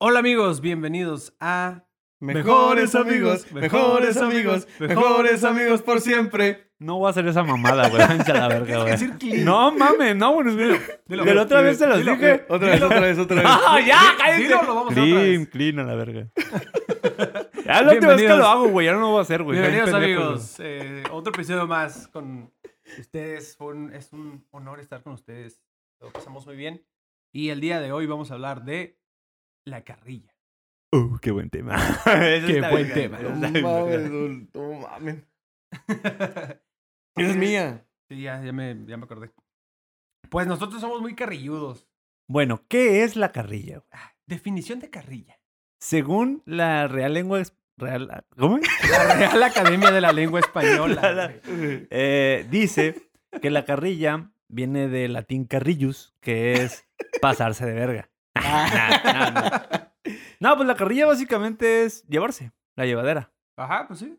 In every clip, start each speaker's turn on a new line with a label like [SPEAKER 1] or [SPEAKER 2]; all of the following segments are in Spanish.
[SPEAKER 1] Hola amigos, bienvenidos a
[SPEAKER 2] Mejores amigos, mejores amigos, mejores amigos por siempre.
[SPEAKER 3] No voy a hacer esa mamada, güey. Ancha la verga, güey. No mames, no, bueno, es
[SPEAKER 1] Dilo,
[SPEAKER 3] De la otra vez se las
[SPEAKER 1] dilo,
[SPEAKER 3] dije.
[SPEAKER 2] Otra vez, otra vez, otra vez.
[SPEAKER 1] ¡Ah, ya! ¡Cállate!
[SPEAKER 2] Dilo,
[SPEAKER 1] lo vamos a hacer otra
[SPEAKER 3] Clean,
[SPEAKER 1] vez.
[SPEAKER 3] clean a la verga. ya la otra vez que
[SPEAKER 1] Bienvenidos.
[SPEAKER 3] lo hago, güey. Ya no lo voy a hacer, güey.
[SPEAKER 1] Bienvenidos
[SPEAKER 3] Soy un pendejo, güey.
[SPEAKER 1] amigos, eh, otro episodio más con ustedes. Fue un- es un honor estar con ustedes. Lo pasamos muy bien. Y el día de hoy vamos a hablar de la carrilla.
[SPEAKER 3] Uh, qué buen tema. Eso
[SPEAKER 1] Qué
[SPEAKER 3] está
[SPEAKER 1] buen
[SPEAKER 3] bien,
[SPEAKER 1] tema.
[SPEAKER 3] güey.
[SPEAKER 2] No mames, dude, no mames. Esa es mía.
[SPEAKER 1] Sí, ya, ya, me, ya me acordé. Pues nosotros somos muy carrilludos.
[SPEAKER 3] Bueno, ¿qué es la carrilla? güey?
[SPEAKER 1] Definición de carrilla.
[SPEAKER 3] Según la Real Lengua... Ex- Real... ¿Cómo?
[SPEAKER 1] La Real Academia de la Lengua Española.
[SPEAKER 3] La- la-
[SPEAKER 1] güey.
[SPEAKER 3] Eh, dice que la carrilla viene del latín carrillus, que es pasarse de verga. no, no, no. No, pues la carrilla básicamente es llevarse, la llevadera.
[SPEAKER 1] Ajá, pues sí.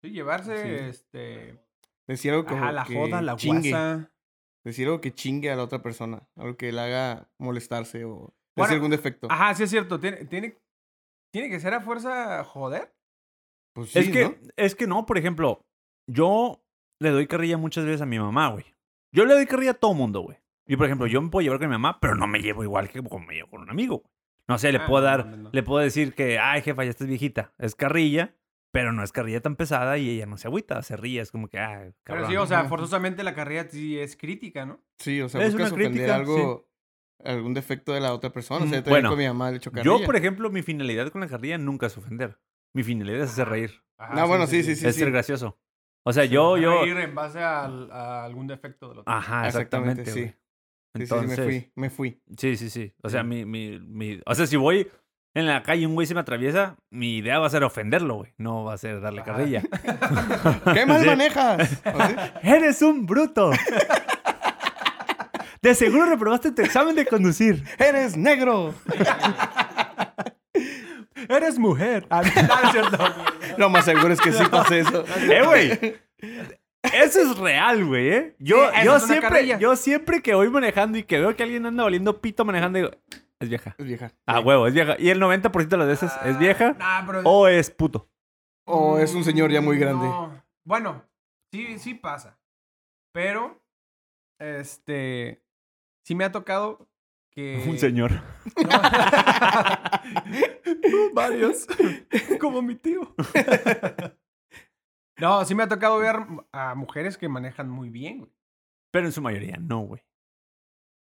[SPEAKER 1] Sí, llevarse,
[SPEAKER 2] Ah, Sí.
[SPEAKER 1] este...
[SPEAKER 2] Decir algo como
[SPEAKER 1] Ajá, la
[SPEAKER 2] que
[SPEAKER 1] joda, la
[SPEAKER 2] chingue.
[SPEAKER 1] guasa.
[SPEAKER 2] Decir algo que chingue a la otra persona. Algo que le haga molestarse o
[SPEAKER 1] Bueno,
[SPEAKER 2] decir algún defecto.
[SPEAKER 1] Ajá, sí es cierto. Tiene, tiene, tiene que ser a fuerza joder.
[SPEAKER 2] Pues sí,
[SPEAKER 3] es, que,
[SPEAKER 2] ¿no?
[SPEAKER 3] es que no, por ejemplo, yo le doy carrilla muchas veces a mi mamá, güey. Yo le doy carrilla a todo mundo, güey. Y por ejemplo, yo me puedo llevar con mi mamá, pero no me llevo igual que como me llevo con un amigo. güey. No sé, le
[SPEAKER 1] Ah,
[SPEAKER 3] puedo
[SPEAKER 1] no,
[SPEAKER 3] dar,
[SPEAKER 1] no, no.
[SPEAKER 3] le puedo decir que, ay, jefa, ya estás viejita. Es carrilla, pero no es carrilla tan pesada y ella no se agüita, se ríe. Es como que, ah,
[SPEAKER 1] Pero
[SPEAKER 3] cabrón.
[SPEAKER 1] sí, o sea,
[SPEAKER 2] ajá.
[SPEAKER 1] forzosamente la carrera sí es crítica, ¿no?
[SPEAKER 2] Sí, o sea,
[SPEAKER 3] Es
[SPEAKER 2] buscas
[SPEAKER 3] una
[SPEAKER 2] ofender
[SPEAKER 3] crítica,
[SPEAKER 2] algo, algún defecto de la otra persona. O sea,
[SPEAKER 3] Mm,
[SPEAKER 2] yo también
[SPEAKER 3] bueno,
[SPEAKER 2] con mi mamá le echo
[SPEAKER 3] Yo,
[SPEAKER 2] carrilla.
[SPEAKER 3] por ejemplo, mi finalidad con la carrilla nunca es ofender. Mi finalidad es hacer reír,
[SPEAKER 1] Ajá,
[SPEAKER 2] No, bueno, sí, sí,
[SPEAKER 3] es ser gracioso. O sea, yo, yo... Ah.
[SPEAKER 1] Ir en base al- a, algún defecto del otro.
[SPEAKER 3] Ajá,
[SPEAKER 2] Exactamente,
[SPEAKER 3] exactamente,
[SPEAKER 2] sí.
[SPEAKER 3] güey.
[SPEAKER 2] Sí, sí, sí,
[SPEAKER 3] Entonces,
[SPEAKER 2] me fui, me fui.
[SPEAKER 3] sí, sí, sí. O sea,
[SPEAKER 2] Sí.
[SPEAKER 3] mi, mi, mi- O sea, si voy en la calle y un güey se me atraviesa, mi idea va a ser ofenderlo, güey. No va a ser darle
[SPEAKER 1] Ajá.
[SPEAKER 3] carrilla.
[SPEAKER 2] ¡Qué mal
[SPEAKER 3] Sí.
[SPEAKER 2] manejas! ¿O sí?
[SPEAKER 3] ¡Eres un bruto! De seguro reprobaste tu examen de conducir.
[SPEAKER 2] ¡Eres negro!
[SPEAKER 1] Eres mujer. Ah, no, es cierto.
[SPEAKER 2] Lo más seguro es que sí pasa eso.
[SPEAKER 3] ¡Eh, güey! Eso es real, güey, ¿eh? Yo,
[SPEAKER 1] Sí, eso
[SPEAKER 3] yo,
[SPEAKER 1] es una carrilla.
[SPEAKER 3] siempre, yo siempre que voy manejando y que veo que alguien anda oliendo pito manejando, digo, es vieja.
[SPEAKER 2] Es vieja.
[SPEAKER 3] Ah, huevo, es vieja. Y el 90% de las veces es
[SPEAKER 1] Ah,
[SPEAKER 3] vieja Oh.
[SPEAKER 1] Nah, pero-
[SPEAKER 3] o es puto.
[SPEAKER 2] O Oh, es un señor ya muy
[SPEAKER 1] Mm,
[SPEAKER 2] grande.
[SPEAKER 1] no. Bueno, sí, sí pasa. Pero, este, sí me ha tocado que...
[SPEAKER 3] Un señor.
[SPEAKER 1] No. Varios. Como mi tío. No, sí me ha tocado ver a mujeres que manejan muy bien, güey.
[SPEAKER 3] Pero en su mayoría no, güey.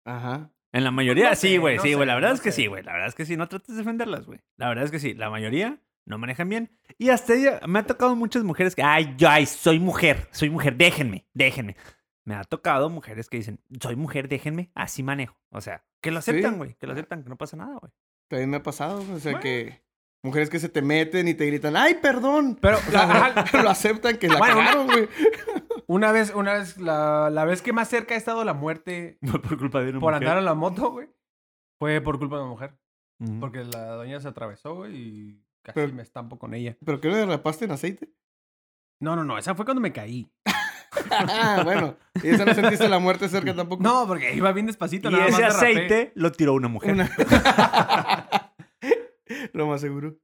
[SPEAKER 2] Ajá.
[SPEAKER 3] En la mayoría
[SPEAKER 1] No sé,
[SPEAKER 3] sí, güey,
[SPEAKER 1] no
[SPEAKER 3] sí,
[SPEAKER 1] sé,
[SPEAKER 3] güey. La verdad
[SPEAKER 1] no
[SPEAKER 3] es que
[SPEAKER 1] sé.
[SPEAKER 3] sí, güey. La verdad es que sí. No trates de defenderlas, güey. La verdad es que sí. La mayoría no manejan bien. Y hasta ella, me ha tocado muchas mujeres que, ay, yo, ay, soy mujer, soy mujer, déjenme, déjenme. Me ha tocado mujeres que dicen, soy mujer, déjenme, así manejo. O sea, que lo
[SPEAKER 2] Sí.
[SPEAKER 3] aceptan, güey, que lo aceptan, que no pasa nada, güey.
[SPEAKER 2] También me ha pasado. O sea,
[SPEAKER 1] Bueno.
[SPEAKER 2] que mujeres que se te meten y te gritan, ¡ay, perdón!
[SPEAKER 1] Pero,
[SPEAKER 2] O sea,
[SPEAKER 1] ajá,
[SPEAKER 2] pero lo aceptan que la
[SPEAKER 1] Bueno,
[SPEAKER 2] cagaron, güey.
[SPEAKER 1] una vez, una vez, la, la vez que más cerca he estado de la muerte
[SPEAKER 3] No por culpa de una
[SPEAKER 1] por
[SPEAKER 3] mujer.
[SPEAKER 1] andar en la moto, güey, fue por culpa de una mujer.
[SPEAKER 3] Ujú.
[SPEAKER 1] Porque la doña se atravesó, güey, y casi
[SPEAKER 2] Pero-
[SPEAKER 1] me estampo con ella.
[SPEAKER 2] ¿Pero qué no derrapaste en aceite?
[SPEAKER 1] No, no, no, esa fue cuando me caí.
[SPEAKER 2] Ah, bueno. Y esa no sentiste la muerte cerca tampoco.
[SPEAKER 1] No, porque iba bien despacito,
[SPEAKER 3] Y
[SPEAKER 1] nada
[SPEAKER 3] ese
[SPEAKER 1] más derrapé.
[SPEAKER 3] aceite lo tiró una mujer.
[SPEAKER 2] Una- lo más seguro.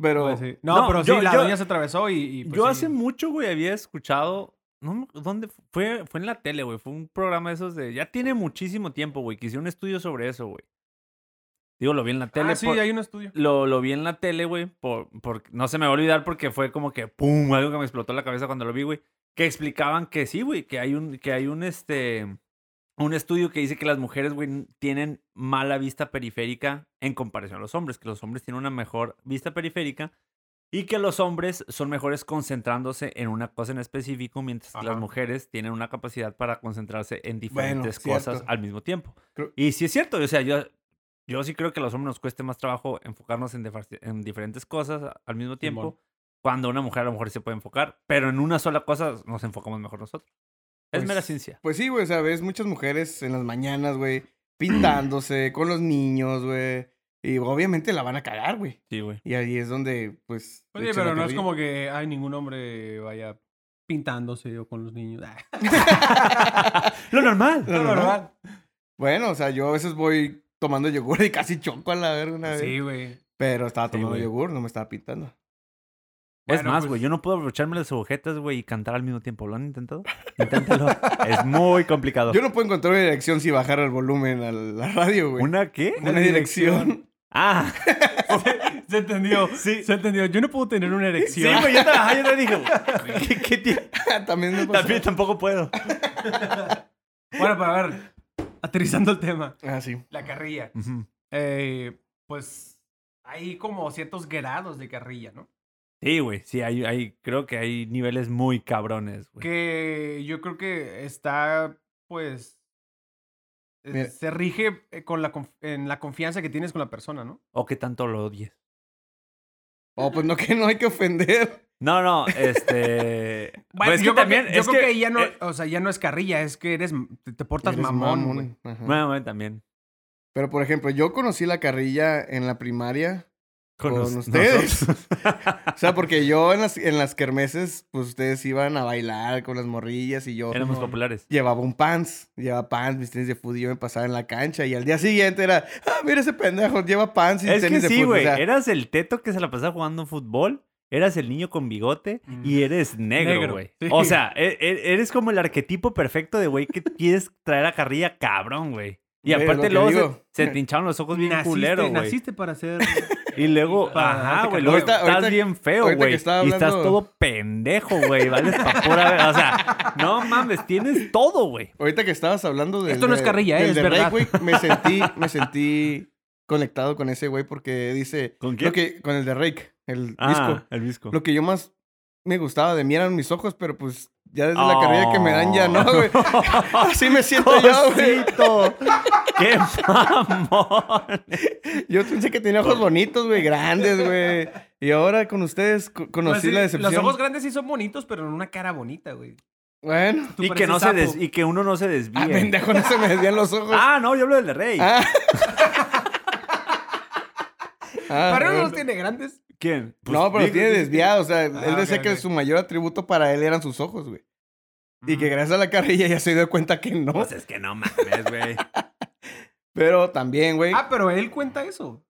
[SPEAKER 2] Pero.
[SPEAKER 1] Pues sí. No,
[SPEAKER 3] No,
[SPEAKER 1] pero
[SPEAKER 3] yo-
[SPEAKER 1] sí, la
[SPEAKER 3] yo-
[SPEAKER 1] doña se atravesó y. y, pues,
[SPEAKER 3] Yo
[SPEAKER 1] sí.
[SPEAKER 3] hace mucho, güey, había escuchado. No, me- ¿Dónde fu- fue? Fue en la tele, güey. Fue un programa de esos de. Ya tiene muchísimo tiempo, güey. Que hice un estudio sobre eso, güey. Digo, lo vi en la tele.
[SPEAKER 1] Ah, sí,
[SPEAKER 3] por-
[SPEAKER 1] hay un estudio.
[SPEAKER 3] lo, lo vi en la tele, güey. Por, por- no se me va a olvidar porque fue como que pum, algo que me explotó la cabeza cuando lo vi, güey. Que explicaban que sí, güey, que hay un, que hay un este. Un estudio que dice que las mujeres, güey, n- tienen mala vista periférica en comparación a los hombres, que los hombres tienen una mejor vista periférica y que los hombres son mejores concentrándose en una cosa en específico, mientras que las
[SPEAKER 1] Ajá.
[SPEAKER 3] mujeres tienen una capacidad para concentrarse en
[SPEAKER 2] Bueno,
[SPEAKER 3] diferentes cosas
[SPEAKER 2] cierto.
[SPEAKER 3] al mismo tiempo.
[SPEAKER 2] Creo-
[SPEAKER 3] Y sí es cierto, o sea, yo, yo sí creo que a los hombres nos cueste más trabajo enfocarnos en, difar- en diferentes cosas a- al mismo tiempo.
[SPEAKER 1] Simón.
[SPEAKER 3] Cuando una mujer a lo mejor se puede enfocar, pero en una sola cosa nos enfocamos mejor nosotros. Es
[SPEAKER 2] Pues-
[SPEAKER 3] mera ciencia.
[SPEAKER 2] Pues sí, güey, o sea, ves muchas mujeres en las mañanas, güey, pintándose con los niños, güey. Y obviamente la van a cagar, güey.
[SPEAKER 3] Sí, güey.
[SPEAKER 2] Y ahí es donde, pues. le
[SPEAKER 1] Oye,
[SPEAKER 2] echan
[SPEAKER 1] pero
[SPEAKER 2] la
[SPEAKER 1] no es
[SPEAKER 2] carrilla.
[SPEAKER 1] como que hay ningún hombre vaya pintándose o con los niños. Ah,
[SPEAKER 3] Lo normal.
[SPEAKER 2] Lo normal. Bueno, o sea, yo a veces voy tomando yogur y casi choco a la verga
[SPEAKER 3] Ah,
[SPEAKER 2] una vez.
[SPEAKER 3] eh.
[SPEAKER 1] Sí, güey.
[SPEAKER 2] Pero estaba
[SPEAKER 3] Sí,
[SPEAKER 2] tomando
[SPEAKER 3] güey.
[SPEAKER 2] yogur, no me estaba pintando.
[SPEAKER 3] Es
[SPEAKER 1] Bueno,
[SPEAKER 3] más,
[SPEAKER 1] pues-
[SPEAKER 3] güey, yo no puedo abrocharme las agujetas, güey, y cantar al mismo tiempo. ¿Lo han intentado? Inténtalo. es muy complicado.
[SPEAKER 2] Yo no puedo encontrar una dirección si bajar el volumen a la radio, güey.
[SPEAKER 3] ¿Una qué?
[SPEAKER 2] Una dirección.
[SPEAKER 3] Ah,
[SPEAKER 1] Se entendió.
[SPEAKER 3] Sí.
[SPEAKER 1] Se entendió. Yo no puedo tener una
[SPEAKER 3] sí,
[SPEAKER 1] erección.
[SPEAKER 3] güey, yo te, ajá, yo te dije, Pues, eh. güey, ¿qué, qué tiene?
[SPEAKER 2] También me pasó.
[SPEAKER 3] También tampoco puedo.
[SPEAKER 1] Bueno, para ver. Aterrizando el tema.
[SPEAKER 2] Ah, sí.
[SPEAKER 1] La carrilla.
[SPEAKER 3] Ujú.
[SPEAKER 1] Eh, pues hay como ciertos grados de carrilla, ¿no?
[SPEAKER 3] Sí, güey, sí, hay, hay, creo que hay niveles muy cabrones, güey.
[SPEAKER 1] Que yo creo que está, pues. eh,
[SPEAKER 2] Mira.
[SPEAKER 1] Se rige eh, con la conf- en la confianza que tienes con la persona, ¿no?
[SPEAKER 3] O que tanto lo odies.
[SPEAKER 2] Oh, pues no, que no hay que ofender.
[SPEAKER 3] No, no, este...
[SPEAKER 1] Bueno,
[SPEAKER 3] pues es
[SPEAKER 1] yo creo
[SPEAKER 3] que también...
[SPEAKER 1] que, yo
[SPEAKER 3] es
[SPEAKER 1] creo que, ya no,
[SPEAKER 3] eh,
[SPEAKER 1] o sea, ya no es carrilla, es que eres, te, te portas
[SPEAKER 2] Eres
[SPEAKER 1] mamón, güey.
[SPEAKER 2] Ajá.
[SPEAKER 3] bueno, bueno, también.
[SPEAKER 2] Pero, por ejemplo, yo conocí la carrilla en la primaria. Con
[SPEAKER 3] nos-
[SPEAKER 2] ustedes.
[SPEAKER 3] nosotros.
[SPEAKER 2] O sea, porque yo en las, en las kermeses, pues ustedes iban a bailar con las morrillas y yo
[SPEAKER 3] Éramos
[SPEAKER 1] Simón.
[SPEAKER 3] populares.
[SPEAKER 2] llevaba un pants. Llevaba pants, mis tenis de fútbol y yo me pasaba en la cancha. Y al día siguiente era, ah, mira ese pendejo, lleva pants y
[SPEAKER 3] Es que
[SPEAKER 2] tenis de
[SPEAKER 3] sí,
[SPEAKER 2] fútbol. O
[SPEAKER 3] güey.
[SPEAKER 2] sea,
[SPEAKER 3] Eras el teto que se la pasaba jugando fútbol. Eras el niño con bigote
[SPEAKER 1] Mm.
[SPEAKER 3] y eres negro,
[SPEAKER 1] Negro,
[SPEAKER 3] güey.
[SPEAKER 1] sí.
[SPEAKER 3] O sea, e- e- eres como el arquetipo perfecto de güey que quieres traer a carrilla cabrón, güey. Y
[SPEAKER 2] Güey, lo
[SPEAKER 3] aparte
[SPEAKER 2] que
[SPEAKER 3] luego se,
[SPEAKER 2] digo.
[SPEAKER 3] se te hincharon los
[SPEAKER 2] Pues
[SPEAKER 3] ojos bien
[SPEAKER 1] Naciste,
[SPEAKER 3] culero, güey.
[SPEAKER 1] naciste para ser.
[SPEAKER 3] Y luego,
[SPEAKER 1] para
[SPEAKER 3] ajá,
[SPEAKER 1] darte calor,
[SPEAKER 3] güey, luego
[SPEAKER 1] güey.
[SPEAKER 2] Ahorita-
[SPEAKER 3] estás
[SPEAKER 2] ahorita-
[SPEAKER 3] bien feo,
[SPEAKER 2] ahorita que
[SPEAKER 3] güey. Y
[SPEAKER 2] estaba
[SPEAKER 3] estás
[SPEAKER 2] hablando-
[SPEAKER 3] todo pendejo, güey. Vales pa' pura verga. O sea, no mames, tienes todo, güey.
[SPEAKER 2] ahorita que estabas hablando del de...
[SPEAKER 1] Esto no es carrilla, eh,
[SPEAKER 2] del
[SPEAKER 1] es
[SPEAKER 2] de
[SPEAKER 1] verdad.
[SPEAKER 2] Rey, güey, me sentí, me sentí conectado con ese güey porque dice...
[SPEAKER 3] ¿Con
[SPEAKER 2] Lo que, con el de Rake, el
[SPEAKER 3] Ah,
[SPEAKER 2] disco.
[SPEAKER 3] el disco.
[SPEAKER 2] Lo que yo más me gustaba de mí eran mis ojos, pero pues ya desde
[SPEAKER 3] Oh.
[SPEAKER 2] la carrera que me dan ya
[SPEAKER 1] Oh.
[SPEAKER 2] no, güey. Así me siento yo, güey.
[SPEAKER 3] Cosito. ¡Qué mamón!
[SPEAKER 2] Yo pensé que tenía ojos bonitos, güey, grandes, güey. Y ahora con ustedes co-
[SPEAKER 1] Pues
[SPEAKER 2] conocí
[SPEAKER 1] sí,
[SPEAKER 2] la decepción.
[SPEAKER 1] Los ojos grandes sí son bonitos, pero en una cara bonita, güey.
[SPEAKER 2] Bueno.
[SPEAKER 1] Tú
[SPEAKER 3] Y que,
[SPEAKER 1] pareces
[SPEAKER 3] no se
[SPEAKER 1] sapo.
[SPEAKER 3] des- y que uno no se desvíe.
[SPEAKER 2] Ah, pendejo, no se me desvían los ojos.
[SPEAKER 3] Ah, no, yo hablo del de Rey.
[SPEAKER 2] Ah. Ah,
[SPEAKER 1] Pero no
[SPEAKER 2] bueno.
[SPEAKER 1] los tiene grandes.
[SPEAKER 3] ¿Quién? Pues,
[SPEAKER 2] No, pero
[SPEAKER 3] di-
[SPEAKER 2] tiene desviado. O sea, él
[SPEAKER 1] Ah,
[SPEAKER 2] decía
[SPEAKER 1] ok,
[SPEAKER 2] que
[SPEAKER 1] ok.
[SPEAKER 2] su mayor atributo para él eran sus ojos, güey. Y que gracias a la carrilla ya se dio cuenta que no.
[SPEAKER 3] Pues es que no mames, güey.
[SPEAKER 2] Pero también, güey.
[SPEAKER 1] Ah, pero él cuenta eso.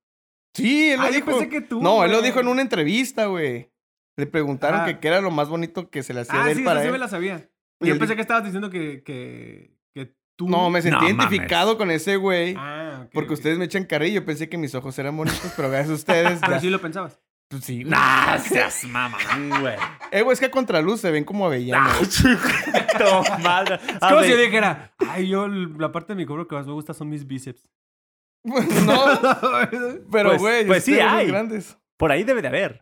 [SPEAKER 2] Sí, él lo
[SPEAKER 1] Ah, yo
[SPEAKER 2] dijo.
[SPEAKER 1] pensé que tú.
[SPEAKER 2] no, él lo
[SPEAKER 1] güey.
[SPEAKER 2] dijo en una entrevista, güey. Le preguntaron
[SPEAKER 1] Ah.
[SPEAKER 2] que qué era lo más bonito que se le hacía
[SPEAKER 1] Ah,
[SPEAKER 2] de él
[SPEAKER 1] sí,
[SPEAKER 2] para
[SPEAKER 1] esa sí
[SPEAKER 2] él.
[SPEAKER 1] me la sabía.
[SPEAKER 2] Y
[SPEAKER 1] Yo
[SPEAKER 2] él
[SPEAKER 1] pensé
[SPEAKER 2] dijo-
[SPEAKER 1] que estabas diciendo que, que, que tú.
[SPEAKER 2] No, me sentí
[SPEAKER 3] No mames.
[SPEAKER 2] identificado con ese güey.
[SPEAKER 1] Ah, ok.
[SPEAKER 2] porque
[SPEAKER 1] ok.
[SPEAKER 2] ustedes me echan carrillo. Pensé que mis ojos eran bonitos, pero gracias a ustedes.
[SPEAKER 1] Pero
[SPEAKER 2] ya-
[SPEAKER 1] Ah, sí lo pensabas.
[SPEAKER 2] pues sí, güey.
[SPEAKER 3] Nah, seas mamón, güey.
[SPEAKER 2] Eh, güey, es que a contraluz se ven como
[SPEAKER 3] Ah.
[SPEAKER 2] avellanos.
[SPEAKER 3] Chiquito, madre.
[SPEAKER 2] Ah,
[SPEAKER 1] Es como si yo dijera, ay, yo la parte de mi cobro que más me gusta son mis bíceps.
[SPEAKER 2] Pues no, pero
[SPEAKER 3] Pues-
[SPEAKER 2] güey.
[SPEAKER 3] pues sí
[SPEAKER 2] ustedes son
[SPEAKER 3] hay.
[SPEAKER 2] Grandes.
[SPEAKER 3] Por ahí debe de haber.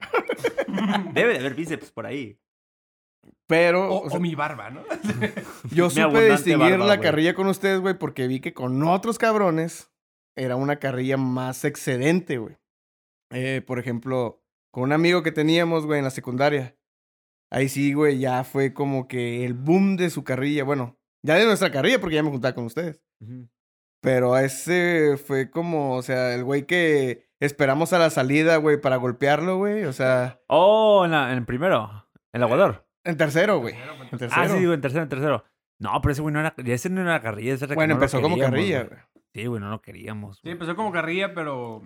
[SPEAKER 3] Debe de haber bíceps por ahí.
[SPEAKER 2] Pero
[SPEAKER 1] O,
[SPEAKER 2] o sea,
[SPEAKER 1] o mi barba, ¿no?
[SPEAKER 2] yo
[SPEAKER 3] mi
[SPEAKER 2] supe
[SPEAKER 3] abundante
[SPEAKER 2] distinguir
[SPEAKER 3] barba,
[SPEAKER 2] la
[SPEAKER 3] güey.
[SPEAKER 2] carrilla con ustedes, güey, porque vi que con otros cabrones era una carrilla más excedente, güey. Eh, por ejemplo, con un amigo que teníamos, güey, en la secundaria. Ahí sí, güey, ya fue como que el boom de su carrilla. Bueno, ya de nuestra carrilla, porque ya me juntaba con ustedes. Pero ese fue como, o sea, el güey que esperamos a la salida, güey, para golpearlo, güey. O sea,
[SPEAKER 3] Oh, en, la- en el primero. En el aguador.
[SPEAKER 2] en tercero, güey. En Eh, tercero.
[SPEAKER 3] Ah, sí, digo, en tercero, en tercero. No, pero ese güey no era, ese no era carrilla. Ese era que
[SPEAKER 2] bueno,
[SPEAKER 3] no lo
[SPEAKER 2] empezó como
[SPEAKER 3] queríamos,
[SPEAKER 2] carrilla,
[SPEAKER 3] güey.
[SPEAKER 2] güey.
[SPEAKER 3] Sí, güey, no lo queríamos.
[SPEAKER 1] Sí,
[SPEAKER 3] güey.
[SPEAKER 1] empezó como carrilla, pero.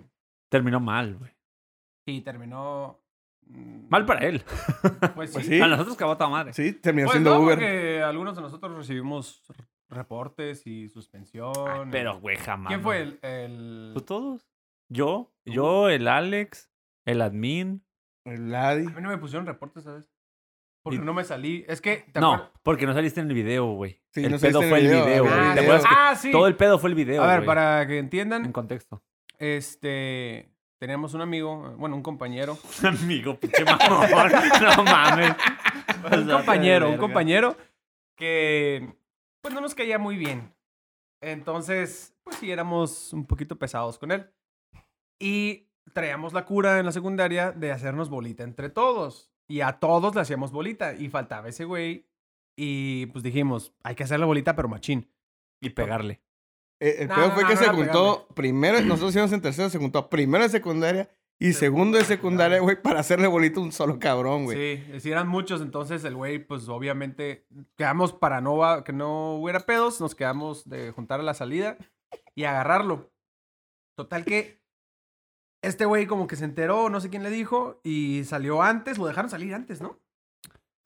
[SPEAKER 3] Terminó mal, güey.
[SPEAKER 1] Sí, terminó. mm,
[SPEAKER 3] Mal para él.
[SPEAKER 1] Pues sí.
[SPEAKER 2] Pues
[SPEAKER 3] A nosotros que a toda madre.
[SPEAKER 2] Sí, terminó
[SPEAKER 1] Pues
[SPEAKER 2] siendo
[SPEAKER 1] no,
[SPEAKER 2] Uber.
[SPEAKER 1] porque algunos de nosotros recibimos reportes y suspensión.
[SPEAKER 3] Ay, pero, güey, jamás.
[SPEAKER 1] ¿Quién fue
[SPEAKER 3] güey.
[SPEAKER 1] el, el-
[SPEAKER 3] Pues todos. Yo, yo, el Alex, el admin.
[SPEAKER 2] El Adi.
[SPEAKER 1] A mí no me pusieron reportes, ¿sabes? Porque
[SPEAKER 3] Y-
[SPEAKER 1] no me salí. Es que. ¿te
[SPEAKER 3] No,
[SPEAKER 1] acuerdas?
[SPEAKER 3] porque no saliste en el video, güey.
[SPEAKER 2] Sí,
[SPEAKER 3] el
[SPEAKER 2] no
[SPEAKER 3] pedo
[SPEAKER 2] saliste en
[SPEAKER 3] fue el
[SPEAKER 2] el
[SPEAKER 3] video,
[SPEAKER 2] video,
[SPEAKER 3] güey.
[SPEAKER 2] ah,
[SPEAKER 3] ¿Te
[SPEAKER 2] sí.
[SPEAKER 3] acuerdas que
[SPEAKER 1] Ah, sí.
[SPEAKER 3] todo el pedo fue el video,
[SPEAKER 1] A ver,
[SPEAKER 3] güey?
[SPEAKER 1] para que
[SPEAKER 3] En
[SPEAKER 1] entiendan,
[SPEAKER 3] contexto.
[SPEAKER 1] este. Teníamos un amigo, bueno, un compañero.
[SPEAKER 3] Amigo, pinche mamón. no mames.
[SPEAKER 1] un compañero, un compañero que pues no nos caía muy bien. Entonces, pues sí, éramos un poquito pesados con él. Y traíamos la cura en la secundaria de hacernos bolita entre todos. Y a todos le hacíamos bolita. Y faltaba ese güey. Y pues dijimos, hay que hacer la bolita, pero machín.
[SPEAKER 3] Y pegarle.
[SPEAKER 2] Eh, el
[SPEAKER 1] No,
[SPEAKER 2] peor
[SPEAKER 1] no,
[SPEAKER 2] fue
[SPEAKER 1] no,
[SPEAKER 2] que
[SPEAKER 1] no
[SPEAKER 2] se
[SPEAKER 1] era
[SPEAKER 2] juntó primero, nosotros íbamos en tercero, se juntó primero de secundaria y segundo de secundaria, güey, para hacerle bolito a un solo cabrón, güey.
[SPEAKER 1] Sí, si eran muchos, entonces el güey, pues obviamente quedamos para no va- que no hubiera pedos, nos quedamos de juntar a la salida y agarrarlo. Total que este güey como que se enteró, no sé quién le dijo, y salió antes, lo dejaron salir antes, ¿no?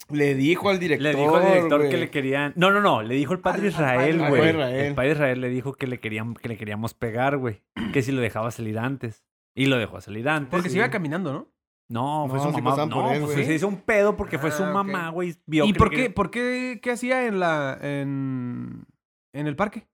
[SPEAKER 2] Le dijo al director.
[SPEAKER 3] Le dijo al director que
[SPEAKER 2] güey.
[SPEAKER 3] le querían. No, no, no. Le dijo el padre
[SPEAKER 1] Al- al
[SPEAKER 3] Israel,
[SPEAKER 1] padre
[SPEAKER 3] güey.
[SPEAKER 2] Israel.
[SPEAKER 3] El padre Israel le dijo que le, querían, que le queríamos pegar, güey. Que si lo dejaba salir antes. Y lo dejó salir antes.
[SPEAKER 1] Porque se
[SPEAKER 3] güey.
[SPEAKER 1] iba caminando, ¿no?
[SPEAKER 3] No, fue
[SPEAKER 2] No,
[SPEAKER 3] su
[SPEAKER 2] sí
[SPEAKER 3] mamá.
[SPEAKER 2] pasaban
[SPEAKER 3] No,
[SPEAKER 2] por él,
[SPEAKER 3] pues
[SPEAKER 2] güey.
[SPEAKER 3] se hizo un pedo porque fue su
[SPEAKER 1] Ah, ok.
[SPEAKER 3] mamá, güey. vio
[SPEAKER 1] ¿Y
[SPEAKER 3] que le
[SPEAKER 1] por qué,
[SPEAKER 3] querían-
[SPEAKER 1] por qué, qué hacía en la, en, en el parque?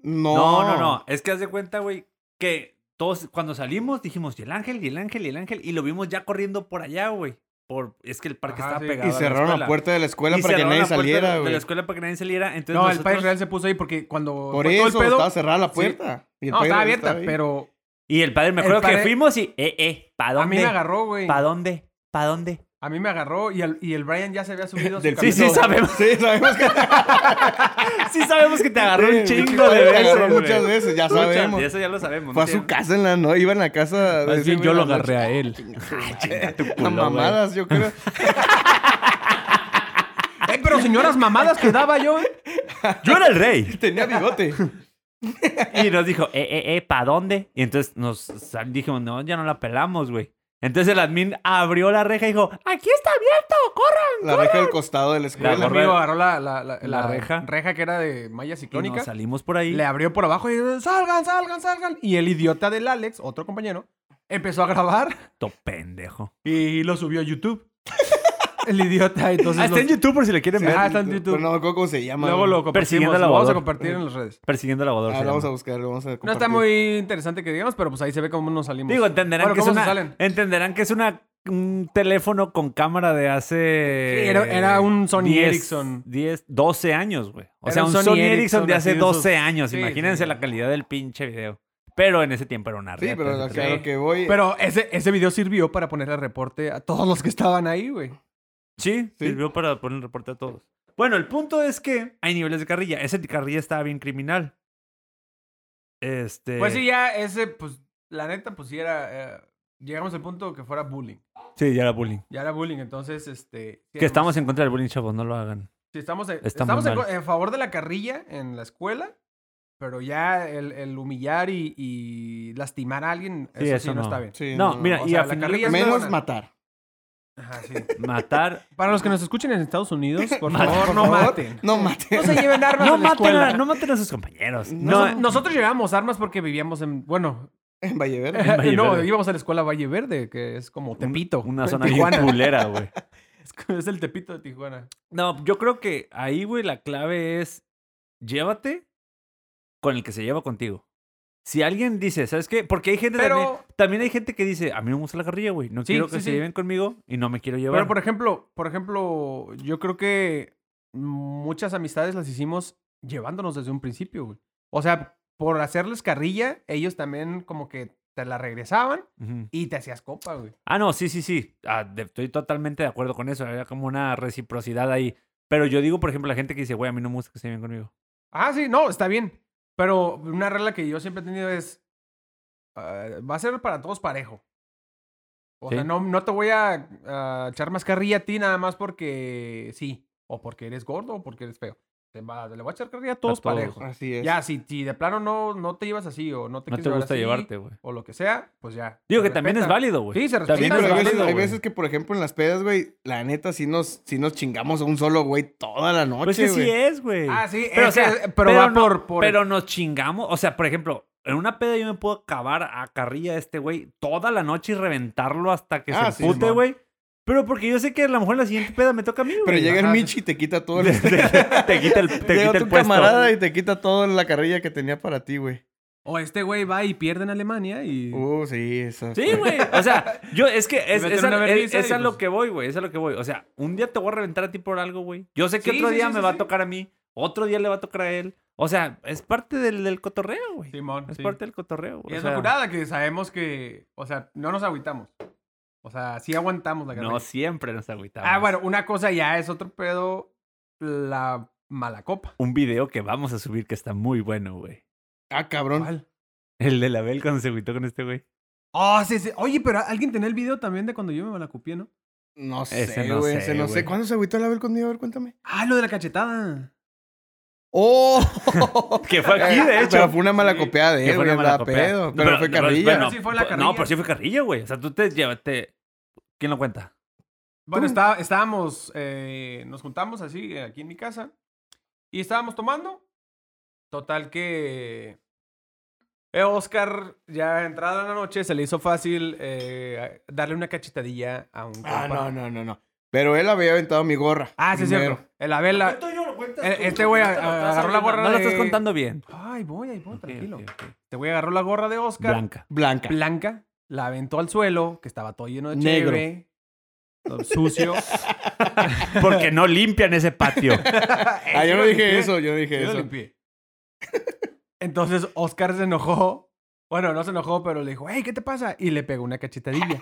[SPEAKER 2] No,
[SPEAKER 3] No, no, no. Es que haz de cuenta, güey, que todos cuando salimos dijimos, y el ángel, y el ángel, y el ángel. Y lo vimos ya corriendo por allá, güey. Por... Es que el parque
[SPEAKER 1] Ajá,
[SPEAKER 3] estaba
[SPEAKER 1] sí.
[SPEAKER 3] pegado.
[SPEAKER 2] Y
[SPEAKER 3] a la
[SPEAKER 2] cerraron la,
[SPEAKER 3] escuela.
[SPEAKER 2] puerta de la escuela
[SPEAKER 3] Y
[SPEAKER 2] para que
[SPEAKER 3] cerraron
[SPEAKER 2] nadie
[SPEAKER 3] la puerta de-
[SPEAKER 2] saliera,
[SPEAKER 3] De
[SPEAKER 2] güey.
[SPEAKER 3] la escuela para que nadie saliera. Entonces
[SPEAKER 1] no, el padre
[SPEAKER 3] nosotros-
[SPEAKER 1] Israel se puso ahí porque cuando.
[SPEAKER 2] Por
[SPEAKER 1] fue todo el
[SPEAKER 2] eso
[SPEAKER 1] pedo-
[SPEAKER 2] estaba cerrada la
[SPEAKER 1] Sí.
[SPEAKER 2] puerta. Y el
[SPEAKER 1] No,
[SPEAKER 2] padre
[SPEAKER 1] estaba
[SPEAKER 2] no
[SPEAKER 1] abierta,
[SPEAKER 2] ahí.
[SPEAKER 1] pero
[SPEAKER 3] Y el padre, me
[SPEAKER 1] El
[SPEAKER 3] acuerdo que
[SPEAKER 1] padre-
[SPEAKER 3] fuimos y, eh, eh, ¿pa'
[SPEAKER 1] a mí
[SPEAKER 3] dónde?
[SPEAKER 1] me agarró, güey.
[SPEAKER 3] ¿Pa' dónde? ¿Pa' dónde?
[SPEAKER 1] A mí me agarró y el, y el Brian ya se había subido. a su
[SPEAKER 2] Del
[SPEAKER 1] camioneta.
[SPEAKER 3] Sí, sí,
[SPEAKER 2] piso.
[SPEAKER 3] sabemos.
[SPEAKER 2] Sí, sabemos que
[SPEAKER 3] Sí sabemos que te agarró un
[SPEAKER 2] Sí, el
[SPEAKER 3] chingo de
[SPEAKER 2] padre
[SPEAKER 3] veces,
[SPEAKER 2] agarró
[SPEAKER 3] güey.
[SPEAKER 2] muchas veces, ya
[SPEAKER 3] Muchas,
[SPEAKER 2] sabemos.
[SPEAKER 3] y Eso ya lo sabemos.
[SPEAKER 2] Fue a
[SPEAKER 3] ¿no?
[SPEAKER 2] su casa en la no, iba en la casa.
[SPEAKER 3] Más
[SPEAKER 2] ese
[SPEAKER 3] bien
[SPEAKER 2] güey
[SPEAKER 3] yo
[SPEAKER 2] en
[SPEAKER 3] lo
[SPEAKER 2] la noche.
[SPEAKER 3] agarré a él. Ah,
[SPEAKER 2] A
[SPEAKER 3] culo,
[SPEAKER 2] mamadas, yo creo.
[SPEAKER 1] Eh, pero señoras mamadas que daba yo. eh.
[SPEAKER 3] Yo era el rey.
[SPEAKER 2] Tenía bigote.
[SPEAKER 3] Y nos dijo, eh, eh, eh, ¿pa' dónde? Y entonces nos sal- dijimos, no, ya no la pelamos, güey. Entonces el admin abrió la reja y dijo, aquí está abierto,
[SPEAKER 2] La
[SPEAKER 3] corran.
[SPEAKER 2] reja del costado de la
[SPEAKER 1] El
[SPEAKER 3] La
[SPEAKER 2] escuela.
[SPEAKER 3] gorra-
[SPEAKER 1] amigo agarró la, la, la,
[SPEAKER 3] La
[SPEAKER 1] la
[SPEAKER 3] reja.
[SPEAKER 1] reja. que era de malla
[SPEAKER 3] Y nos
[SPEAKER 1] ciclónica.
[SPEAKER 3] salimos por ahí.
[SPEAKER 1] Le abrió por abajo y salgan, salgan, salgan. Y el idiota del Alex, otro compañero, empezó a grabar
[SPEAKER 3] To pendejo.
[SPEAKER 1] y lo subió a YouTube. El idiota, entonces.
[SPEAKER 3] Ah, está
[SPEAKER 1] los-
[SPEAKER 3] en YouTube por si le quieren ver.
[SPEAKER 1] Ah, está en YouTube.
[SPEAKER 2] Pero no me acuerdo cómo se llama.
[SPEAKER 1] Luego
[SPEAKER 2] güey.
[SPEAKER 1] lo
[SPEAKER 3] Persiguiendo
[SPEAKER 1] compartimos.
[SPEAKER 3] al
[SPEAKER 1] Lo vamos a
[SPEAKER 3] aguador.
[SPEAKER 1] compartir en las redes.
[SPEAKER 3] Persiguiendo al aguador.
[SPEAKER 2] Ahora
[SPEAKER 3] se
[SPEAKER 2] Ah, vamos a
[SPEAKER 3] llama.
[SPEAKER 2] buscarlo, vamos a compartir.
[SPEAKER 1] No está muy interesante que digamos, pero pues ahí se ve cómo nos salimos.
[SPEAKER 3] Digo, entenderán,
[SPEAKER 1] Bueno,
[SPEAKER 3] que, es
[SPEAKER 1] ¿cómo se
[SPEAKER 3] una-
[SPEAKER 1] salen?
[SPEAKER 3] entenderán que es una un teléfono con cámara de hace...
[SPEAKER 1] Sí, era- era un Sony Ericsson.
[SPEAKER 3] 10, 12 años, güey. O
[SPEAKER 1] Era
[SPEAKER 3] sea, un
[SPEAKER 1] un
[SPEAKER 3] Sony,
[SPEAKER 1] Sony
[SPEAKER 3] Ericsson de
[SPEAKER 1] Ericsson,
[SPEAKER 3] hace
[SPEAKER 1] así de esos-
[SPEAKER 3] 12 años.
[SPEAKER 1] Sí,
[SPEAKER 3] Imagínense
[SPEAKER 1] sí.
[SPEAKER 3] la calidad del pinche video. Pero en ese tiempo era una
[SPEAKER 2] Sí,
[SPEAKER 3] reta,
[SPEAKER 2] pero
[SPEAKER 3] ese
[SPEAKER 2] o sea,
[SPEAKER 3] teléfono.
[SPEAKER 2] lo que voy.
[SPEAKER 1] Pero ese, ese video sirvió para ponerle reporte a todos los que estaban ahí, güey.
[SPEAKER 3] Sí,
[SPEAKER 2] Sí.
[SPEAKER 3] sirvió para poner el reporte a todos. Bueno, el punto es que hay niveles de carrilla. Ese carrilla estaba bien criminal. Este...
[SPEAKER 1] Pues sí, ya ese, pues, la neta, pues sí era. eh, llegamos al punto que fuera bullying.
[SPEAKER 3] Sí, ya era bullying.
[SPEAKER 1] Ya era bullying, entonces, este. sí
[SPEAKER 3] Que
[SPEAKER 1] éramos-
[SPEAKER 3] estamos en contra del bullying, chavos. No lo hagan.
[SPEAKER 1] sí, estamos, en-
[SPEAKER 3] está muy
[SPEAKER 1] estamos en,
[SPEAKER 3] mal.
[SPEAKER 1] co- en favor de la carrilla en la escuela, pero ya el, el humillar y, y lastimar a alguien,
[SPEAKER 3] Sí,
[SPEAKER 1] eso,
[SPEAKER 3] eso
[SPEAKER 1] sí no,
[SPEAKER 3] no.
[SPEAKER 1] está bien.
[SPEAKER 2] Sí,
[SPEAKER 3] No, mira,
[SPEAKER 1] O
[SPEAKER 3] y
[SPEAKER 1] sea,
[SPEAKER 3] a
[SPEAKER 1] la
[SPEAKER 3] fin de
[SPEAKER 1] carrilla es una
[SPEAKER 2] Menos
[SPEAKER 1] buena-
[SPEAKER 2] matar.
[SPEAKER 1] Ajá, sí.
[SPEAKER 3] matar
[SPEAKER 1] Para los que nos escuchen en Estados Unidos, por
[SPEAKER 3] Maten,
[SPEAKER 1] favor,
[SPEAKER 2] por
[SPEAKER 1] no
[SPEAKER 2] favor,
[SPEAKER 1] maten.
[SPEAKER 2] No maten.
[SPEAKER 1] No se lleven armas
[SPEAKER 3] No
[SPEAKER 1] a la
[SPEAKER 3] maten,
[SPEAKER 1] escuela.
[SPEAKER 3] a, no maten a sus compañeros.
[SPEAKER 2] No,
[SPEAKER 3] No,
[SPEAKER 1] Nos- nosotros llevábamos armas porque vivíamos en, bueno,
[SPEAKER 2] En Valleverde.
[SPEAKER 3] Valle
[SPEAKER 1] no,
[SPEAKER 3] Verde.
[SPEAKER 1] íbamos a la escuela Valle Verde, que es como Tepito.
[SPEAKER 3] Una zona bien
[SPEAKER 1] Tijuana.
[SPEAKER 3] culera, güey.
[SPEAKER 1] Es, como- es el Tepito de Tijuana.
[SPEAKER 3] No, yo creo que ahí, güey, la clave es llévate con el que se lleva contigo. Si alguien dice, ¿sabes qué? Porque hay gente
[SPEAKER 1] Pero-
[SPEAKER 3] también, también hay gente que dice, a mí no me gusta la carrilla, güey. No
[SPEAKER 1] Sí,
[SPEAKER 3] quiero que
[SPEAKER 1] sí,
[SPEAKER 3] se
[SPEAKER 1] sí.
[SPEAKER 3] lleven conmigo y no me quiero llevar.
[SPEAKER 1] Pero por ejemplo, por ejemplo, yo creo que muchas amistades las hicimos llevándonos desde un principio, güey. O sea, por hacerles carrilla, ellos también como que te la regresaban
[SPEAKER 3] Ujú.
[SPEAKER 1] y te hacías copa, güey.
[SPEAKER 3] Ah, no, sí, sí, sí. Ah, de- estoy totalmente de acuerdo con eso. Había como una reciprocidad ahí. Pero yo digo, por ejemplo, la gente que dice, güey, a mí no me gusta que se lleven conmigo.
[SPEAKER 1] Ah, sí, no, está bien. Pero una regla que yo siempre he tenido es, ah, va a ser para todos parejo. O
[SPEAKER 3] Sí.
[SPEAKER 1] sea, no, no te voy a ah, echar más carrilla a ti nada más porque sí, o porque eres gordo o porque eres feo. Te va- le voy a echar carrilla a todos,
[SPEAKER 3] todos.
[SPEAKER 1] parejos.
[SPEAKER 2] Así es.
[SPEAKER 1] Ya, si, si de plano no, no te llevas así o no te
[SPEAKER 3] No
[SPEAKER 1] quieres
[SPEAKER 3] te
[SPEAKER 1] llevar
[SPEAKER 3] gusta
[SPEAKER 1] así,
[SPEAKER 3] llevarte, güey.
[SPEAKER 1] O lo que sea, pues ya.
[SPEAKER 3] Digo
[SPEAKER 1] se
[SPEAKER 3] que también es
[SPEAKER 1] respeta.
[SPEAKER 3] válido, güey.
[SPEAKER 1] Sí, se
[SPEAKER 3] También
[SPEAKER 2] Sí,
[SPEAKER 1] respeta,
[SPEAKER 3] es
[SPEAKER 2] pero hay veces,
[SPEAKER 3] válido,
[SPEAKER 2] hay
[SPEAKER 3] güey.
[SPEAKER 2] veces que, por ejemplo, en las pedas, güey, la neta, sí nos, sí nos chingamos a un solo güey toda la noche,
[SPEAKER 3] Pues que
[SPEAKER 2] güey.
[SPEAKER 3] sí es, güey.
[SPEAKER 1] Ah, sí,
[SPEAKER 3] Pero, o
[SPEAKER 1] es que-
[SPEAKER 3] sea,
[SPEAKER 1] pero va
[SPEAKER 3] no-
[SPEAKER 1] por, por-
[SPEAKER 3] pero nos chingamos. O sea, por ejemplo, en una peda yo me puedo acabar a carrilla de este güey toda la noche y reventarlo hasta que
[SPEAKER 2] Ah, sí,
[SPEAKER 3] se empute,
[SPEAKER 2] Simón.
[SPEAKER 3] güey. Pero porque yo sé que a lo mejor la siguiente peda me toca a mí, güey.
[SPEAKER 2] Pero llega el
[SPEAKER 1] Ajá,
[SPEAKER 2] Michi y te quita todo el...
[SPEAKER 3] te, te quita el, te
[SPEAKER 2] llega
[SPEAKER 3] quita
[SPEAKER 2] tu
[SPEAKER 3] el puesto.
[SPEAKER 2] camarada y te quita toda la carrilla que tenía para ti, güey.
[SPEAKER 1] O este güey va y pierde en Alemania y...
[SPEAKER 2] Uh, sí, esa.
[SPEAKER 3] Sí, güey. O sea, yo es que es,
[SPEAKER 1] meten
[SPEAKER 3] es, a-
[SPEAKER 1] una
[SPEAKER 3] es-
[SPEAKER 1] vergüenza y
[SPEAKER 3] es a lo
[SPEAKER 1] pues-
[SPEAKER 3] que voy, güey. Es a lo que voy. O sea, un día te voy a reventar a ti por algo, güey. Yo sé que
[SPEAKER 1] Sí,
[SPEAKER 3] otro
[SPEAKER 1] sí,
[SPEAKER 3] día
[SPEAKER 1] sí,
[SPEAKER 3] me
[SPEAKER 1] sí,
[SPEAKER 3] va a
[SPEAKER 1] sí.
[SPEAKER 3] tocar a mí. Otro día le va a tocar a él. O sea, es parte del, del cotorreo, güey.
[SPEAKER 1] Simón,
[SPEAKER 3] es
[SPEAKER 1] sí.
[SPEAKER 3] parte del cotorreo,
[SPEAKER 1] Y
[SPEAKER 3] güey. O
[SPEAKER 1] es
[SPEAKER 3] sea,
[SPEAKER 1] lo curada que sabemos que, o sea, no nos agüitamos. O sea, sí aguantamos la carrilla.
[SPEAKER 3] No siempre nos agüitamos.
[SPEAKER 1] ah, bueno, una cosa ya es otro pedo, la mala copa.
[SPEAKER 3] Un video que vamos a subir que está muy bueno, güey.
[SPEAKER 2] Ah, cabrón.
[SPEAKER 3] El de la Bel cuando se agüitó con este güey.
[SPEAKER 1] Oh, sí, sí. Oye, pero alguien tenía el video también de cuando yo me malacopié, ¿no?
[SPEAKER 2] No
[SPEAKER 3] Ese
[SPEAKER 2] sé,
[SPEAKER 3] no
[SPEAKER 2] güey.
[SPEAKER 3] sé,
[SPEAKER 2] Ese no
[SPEAKER 3] güey.
[SPEAKER 2] sé. ¿Cuándo se agüitó la Abel conmigo? A ver, cuéntame.
[SPEAKER 1] Ah, lo de la cachetada.
[SPEAKER 2] ¡Oh!
[SPEAKER 3] Que fue aquí, de hecho.
[SPEAKER 2] Pero fue una mala
[SPEAKER 1] Sí.
[SPEAKER 2] copiada de
[SPEAKER 3] Que
[SPEAKER 2] él,
[SPEAKER 3] fue
[SPEAKER 2] güey.
[SPEAKER 3] una mala
[SPEAKER 2] Andaba
[SPEAKER 3] copiada.
[SPEAKER 2] pedo. Pero, fue carrilla.
[SPEAKER 1] Pero sí fue la
[SPEAKER 3] po-
[SPEAKER 1] carrilla.
[SPEAKER 3] No, pero sí fue carrilla, güey. O sea, tú te llevaste. ¿Quién lo cuenta?
[SPEAKER 1] Bueno,
[SPEAKER 2] Tú.
[SPEAKER 1] está- estábamos, eh, nos juntamos así eh, aquí en mi casa y estábamos tomando. Total que eh, Oscar ya entrada la noche se le hizo fácil eh, darle una cachetadilla a un
[SPEAKER 2] Ah,
[SPEAKER 1] compa.
[SPEAKER 2] no, no, no, no. Pero él había aventado mi gorra.
[SPEAKER 1] Ah, sí es
[SPEAKER 2] primero.
[SPEAKER 1] cierto. El Abel, la- eh, este güey agarró la gorra
[SPEAKER 3] No lo
[SPEAKER 1] de-
[SPEAKER 3] estás contando bien.
[SPEAKER 1] Ay, voy, ahí voy,
[SPEAKER 3] Ok,
[SPEAKER 1] tranquilo.
[SPEAKER 3] ok, ok.
[SPEAKER 1] Este güey agarró la gorra de Oscar.
[SPEAKER 3] Blanca.
[SPEAKER 2] Blanca.
[SPEAKER 1] blanca, la aventó al suelo, que estaba todo lleno de
[SPEAKER 2] Negro.
[SPEAKER 1] cheve, todo sucio.
[SPEAKER 3] Porque no limpian ese patio.
[SPEAKER 2] ah, yo no dije eso, yo no dije
[SPEAKER 1] Yo lo
[SPEAKER 2] eso.
[SPEAKER 1] limpié. Entonces Oscar se enojó. Bueno, no se enojó, pero le dijo, hey, ¿qué te pasa? Y le pegó una cachetadilla.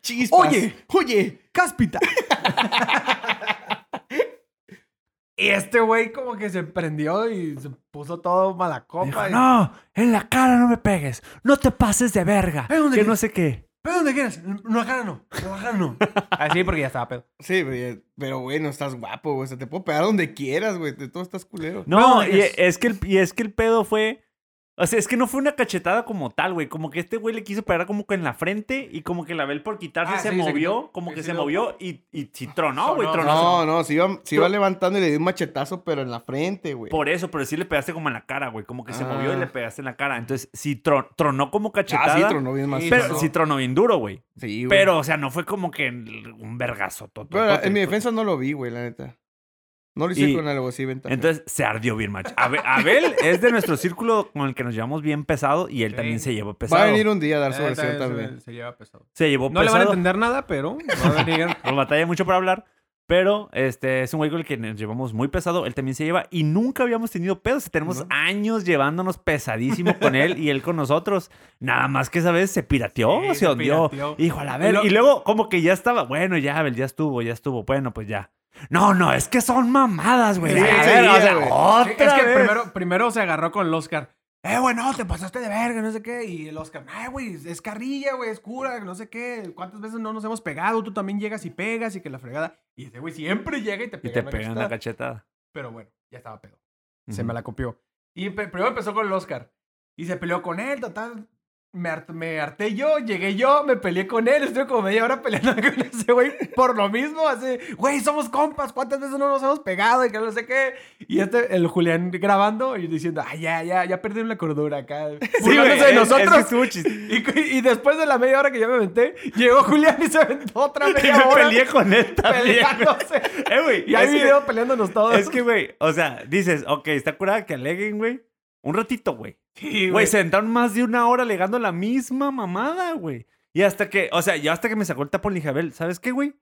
[SPEAKER 2] Chispas.
[SPEAKER 1] Oye.
[SPEAKER 2] oye.
[SPEAKER 1] ¡Cáspita! y este güey como que se prendió y se puso todo mala
[SPEAKER 3] Dijo,
[SPEAKER 1] copa. y-
[SPEAKER 3] no, en la cara no me pegues. No te pases de verga.
[SPEAKER 1] ¿Eh, dónde
[SPEAKER 3] Que
[SPEAKER 1] qué?
[SPEAKER 3] no sé qué.
[SPEAKER 1] Pero donde quieras, no acá no, no acá no. Así porque ya estaba pedo.
[SPEAKER 2] Sí, pero, pero güey, no estás guapo, güey. O sea, te puedo pegar donde quieras, güey. De todo estás culero.
[SPEAKER 3] No,
[SPEAKER 1] No,
[SPEAKER 3] y
[SPEAKER 1] es-
[SPEAKER 3] es... que el, y es que el pedo fue. O sea, es que no fue una cachetada como tal, güey. Como que este güey le quiso pegar como que en la frente y como que la Abel por quitarse
[SPEAKER 1] Ah,
[SPEAKER 3] se
[SPEAKER 1] sí, se
[SPEAKER 3] movió,
[SPEAKER 1] quitó.
[SPEAKER 3] como que
[SPEAKER 1] Sí,
[SPEAKER 3] se
[SPEAKER 1] sí,
[SPEAKER 3] movió y, y, sí tronó,
[SPEAKER 1] Sonó,
[SPEAKER 3] güey. Tronó.
[SPEAKER 2] No, no, se iba, se iba
[SPEAKER 3] Tú-
[SPEAKER 2] levantando y le di un machetazo, pero en la frente, güey.
[SPEAKER 3] Por eso, pero sí le pegaste como en la cara, güey. Como que se
[SPEAKER 2] Ah.
[SPEAKER 3] movió y le pegaste en la cara. Entonces, sí tron- tronó como cachetada.
[SPEAKER 2] Ah, sí, tronó bien más.
[SPEAKER 1] Sí,
[SPEAKER 3] Pero
[SPEAKER 1] tronó.
[SPEAKER 3] sí tronó bien duro, güey.
[SPEAKER 2] Sí, güey.
[SPEAKER 3] Pero, o sea, no fue como que un vergazo. pues.
[SPEAKER 2] Pero en mi defensa no lo vi, güey, la neta. No lo hice
[SPEAKER 3] Y-
[SPEAKER 2] con algo así, ventaja.
[SPEAKER 3] Entonces se ardió bien, macho. Abe- Abel es de nuestro círculo con el que nos llevamos bien pesado y él
[SPEAKER 1] Sí.
[SPEAKER 3] también se llevó
[SPEAKER 2] Va
[SPEAKER 3] pesado.
[SPEAKER 2] a venir un día a dar
[SPEAKER 1] Eh,
[SPEAKER 2] su versión
[SPEAKER 1] se-
[SPEAKER 2] también.
[SPEAKER 1] se lleva pesado.
[SPEAKER 3] Se llevó
[SPEAKER 1] No le van a
[SPEAKER 3] pesado.
[SPEAKER 1] entender nada, pero va a venir.
[SPEAKER 3] nos batalla mucho para hablar. Pero este es un güey con el que nos llevamos muy pesado. Él también se lleva y nunca habíamos tenido pedos. Tenemos
[SPEAKER 2] No.
[SPEAKER 3] años llevándonos pesadísimo con él y él con nosotros. Nada más que esa vez se pirateó,
[SPEAKER 1] Sí,
[SPEAKER 3] se,
[SPEAKER 1] se
[SPEAKER 3] odió.
[SPEAKER 1] pirateó.
[SPEAKER 3] Hijo, a la ver.
[SPEAKER 1] Lo-
[SPEAKER 3] Y luego, como que ya estaba, bueno, ya, Abel, ya estuvo, ya estuvo. Bueno, pues ya. No, no, es que son mamadas, güey.
[SPEAKER 2] Sí,
[SPEAKER 3] a la
[SPEAKER 2] sí,
[SPEAKER 3] verga, o
[SPEAKER 2] ya,
[SPEAKER 3] sea,
[SPEAKER 2] güey.
[SPEAKER 1] Sí,
[SPEAKER 3] otra
[SPEAKER 1] es que
[SPEAKER 3] vez.
[SPEAKER 1] primero, primero se agarró con el Oscar. Eh, güey, no, te pasaste de verga, no sé qué. Y el Oscar, ay, güey, es carrilla, güey, es cura, no sé qué. ¿Cuántas veces no nos hemos pegado? Tú también llegas y pegas y que la fregada. Y ese güey siempre llega y te
[SPEAKER 3] Y
[SPEAKER 1] pega.
[SPEAKER 3] te
[SPEAKER 1] una
[SPEAKER 3] pegan
[SPEAKER 1] cachetada.
[SPEAKER 3] la cachetada.
[SPEAKER 1] Pero bueno, ya estaba pedo. Se
[SPEAKER 3] Ujú.
[SPEAKER 1] me la copió. Y empe- primero empezó con el Oscar. Y se peleó con él, total. Me, hart- me harté yo, llegué yo, me peleé con él. Estuve como media hora peleando con ese güey por lo mismo. Así, güey, somos compas, ¿cuántas veces no nos hemos pegado? Y que no sé qué. Y este, el Julián grabando y diciendo, ay, ya, ya, ya perdieron la cordura acá.
[SPEAKER 3] Sí, güey,
[SPEAKER 1] burlándose de
[SPEAKER 3] es- es que
[SPEAKER 1] nosotros.
[SPEAKER 3] estuvo chis-
[SPEAKER 1] y, y después de la media hora que yo me aventé, llegó Julián y se aventó otra
[SPEAKER 3] Y
[SPEAKER 1] media
[SPEAKER 3] me
[SPEAKER 1] hora.
[SPEAKER 3] peleé con él también. güey.
[SPEAKER 1] peleándose.
[SPEAKER 3] Eh, güey.
[SPEAKER 1] Y hay
[SPEAKER 3] es que-
[SPEAKER 1] video peleándonos todos.
[SPEAKER 3] Es que, güey, o sea, dices, ok, está curada que aleguen, güey. Un ratito, güey.
[SPEAKER 1] Sí,
[SPEAKER 3] Güey, se entraron más de una hora alegando la misma mamada, güey. Y hasta que, o sea, yo hasta que me sacó el tapón, le dije, Abel, ¿sabes qué, güey?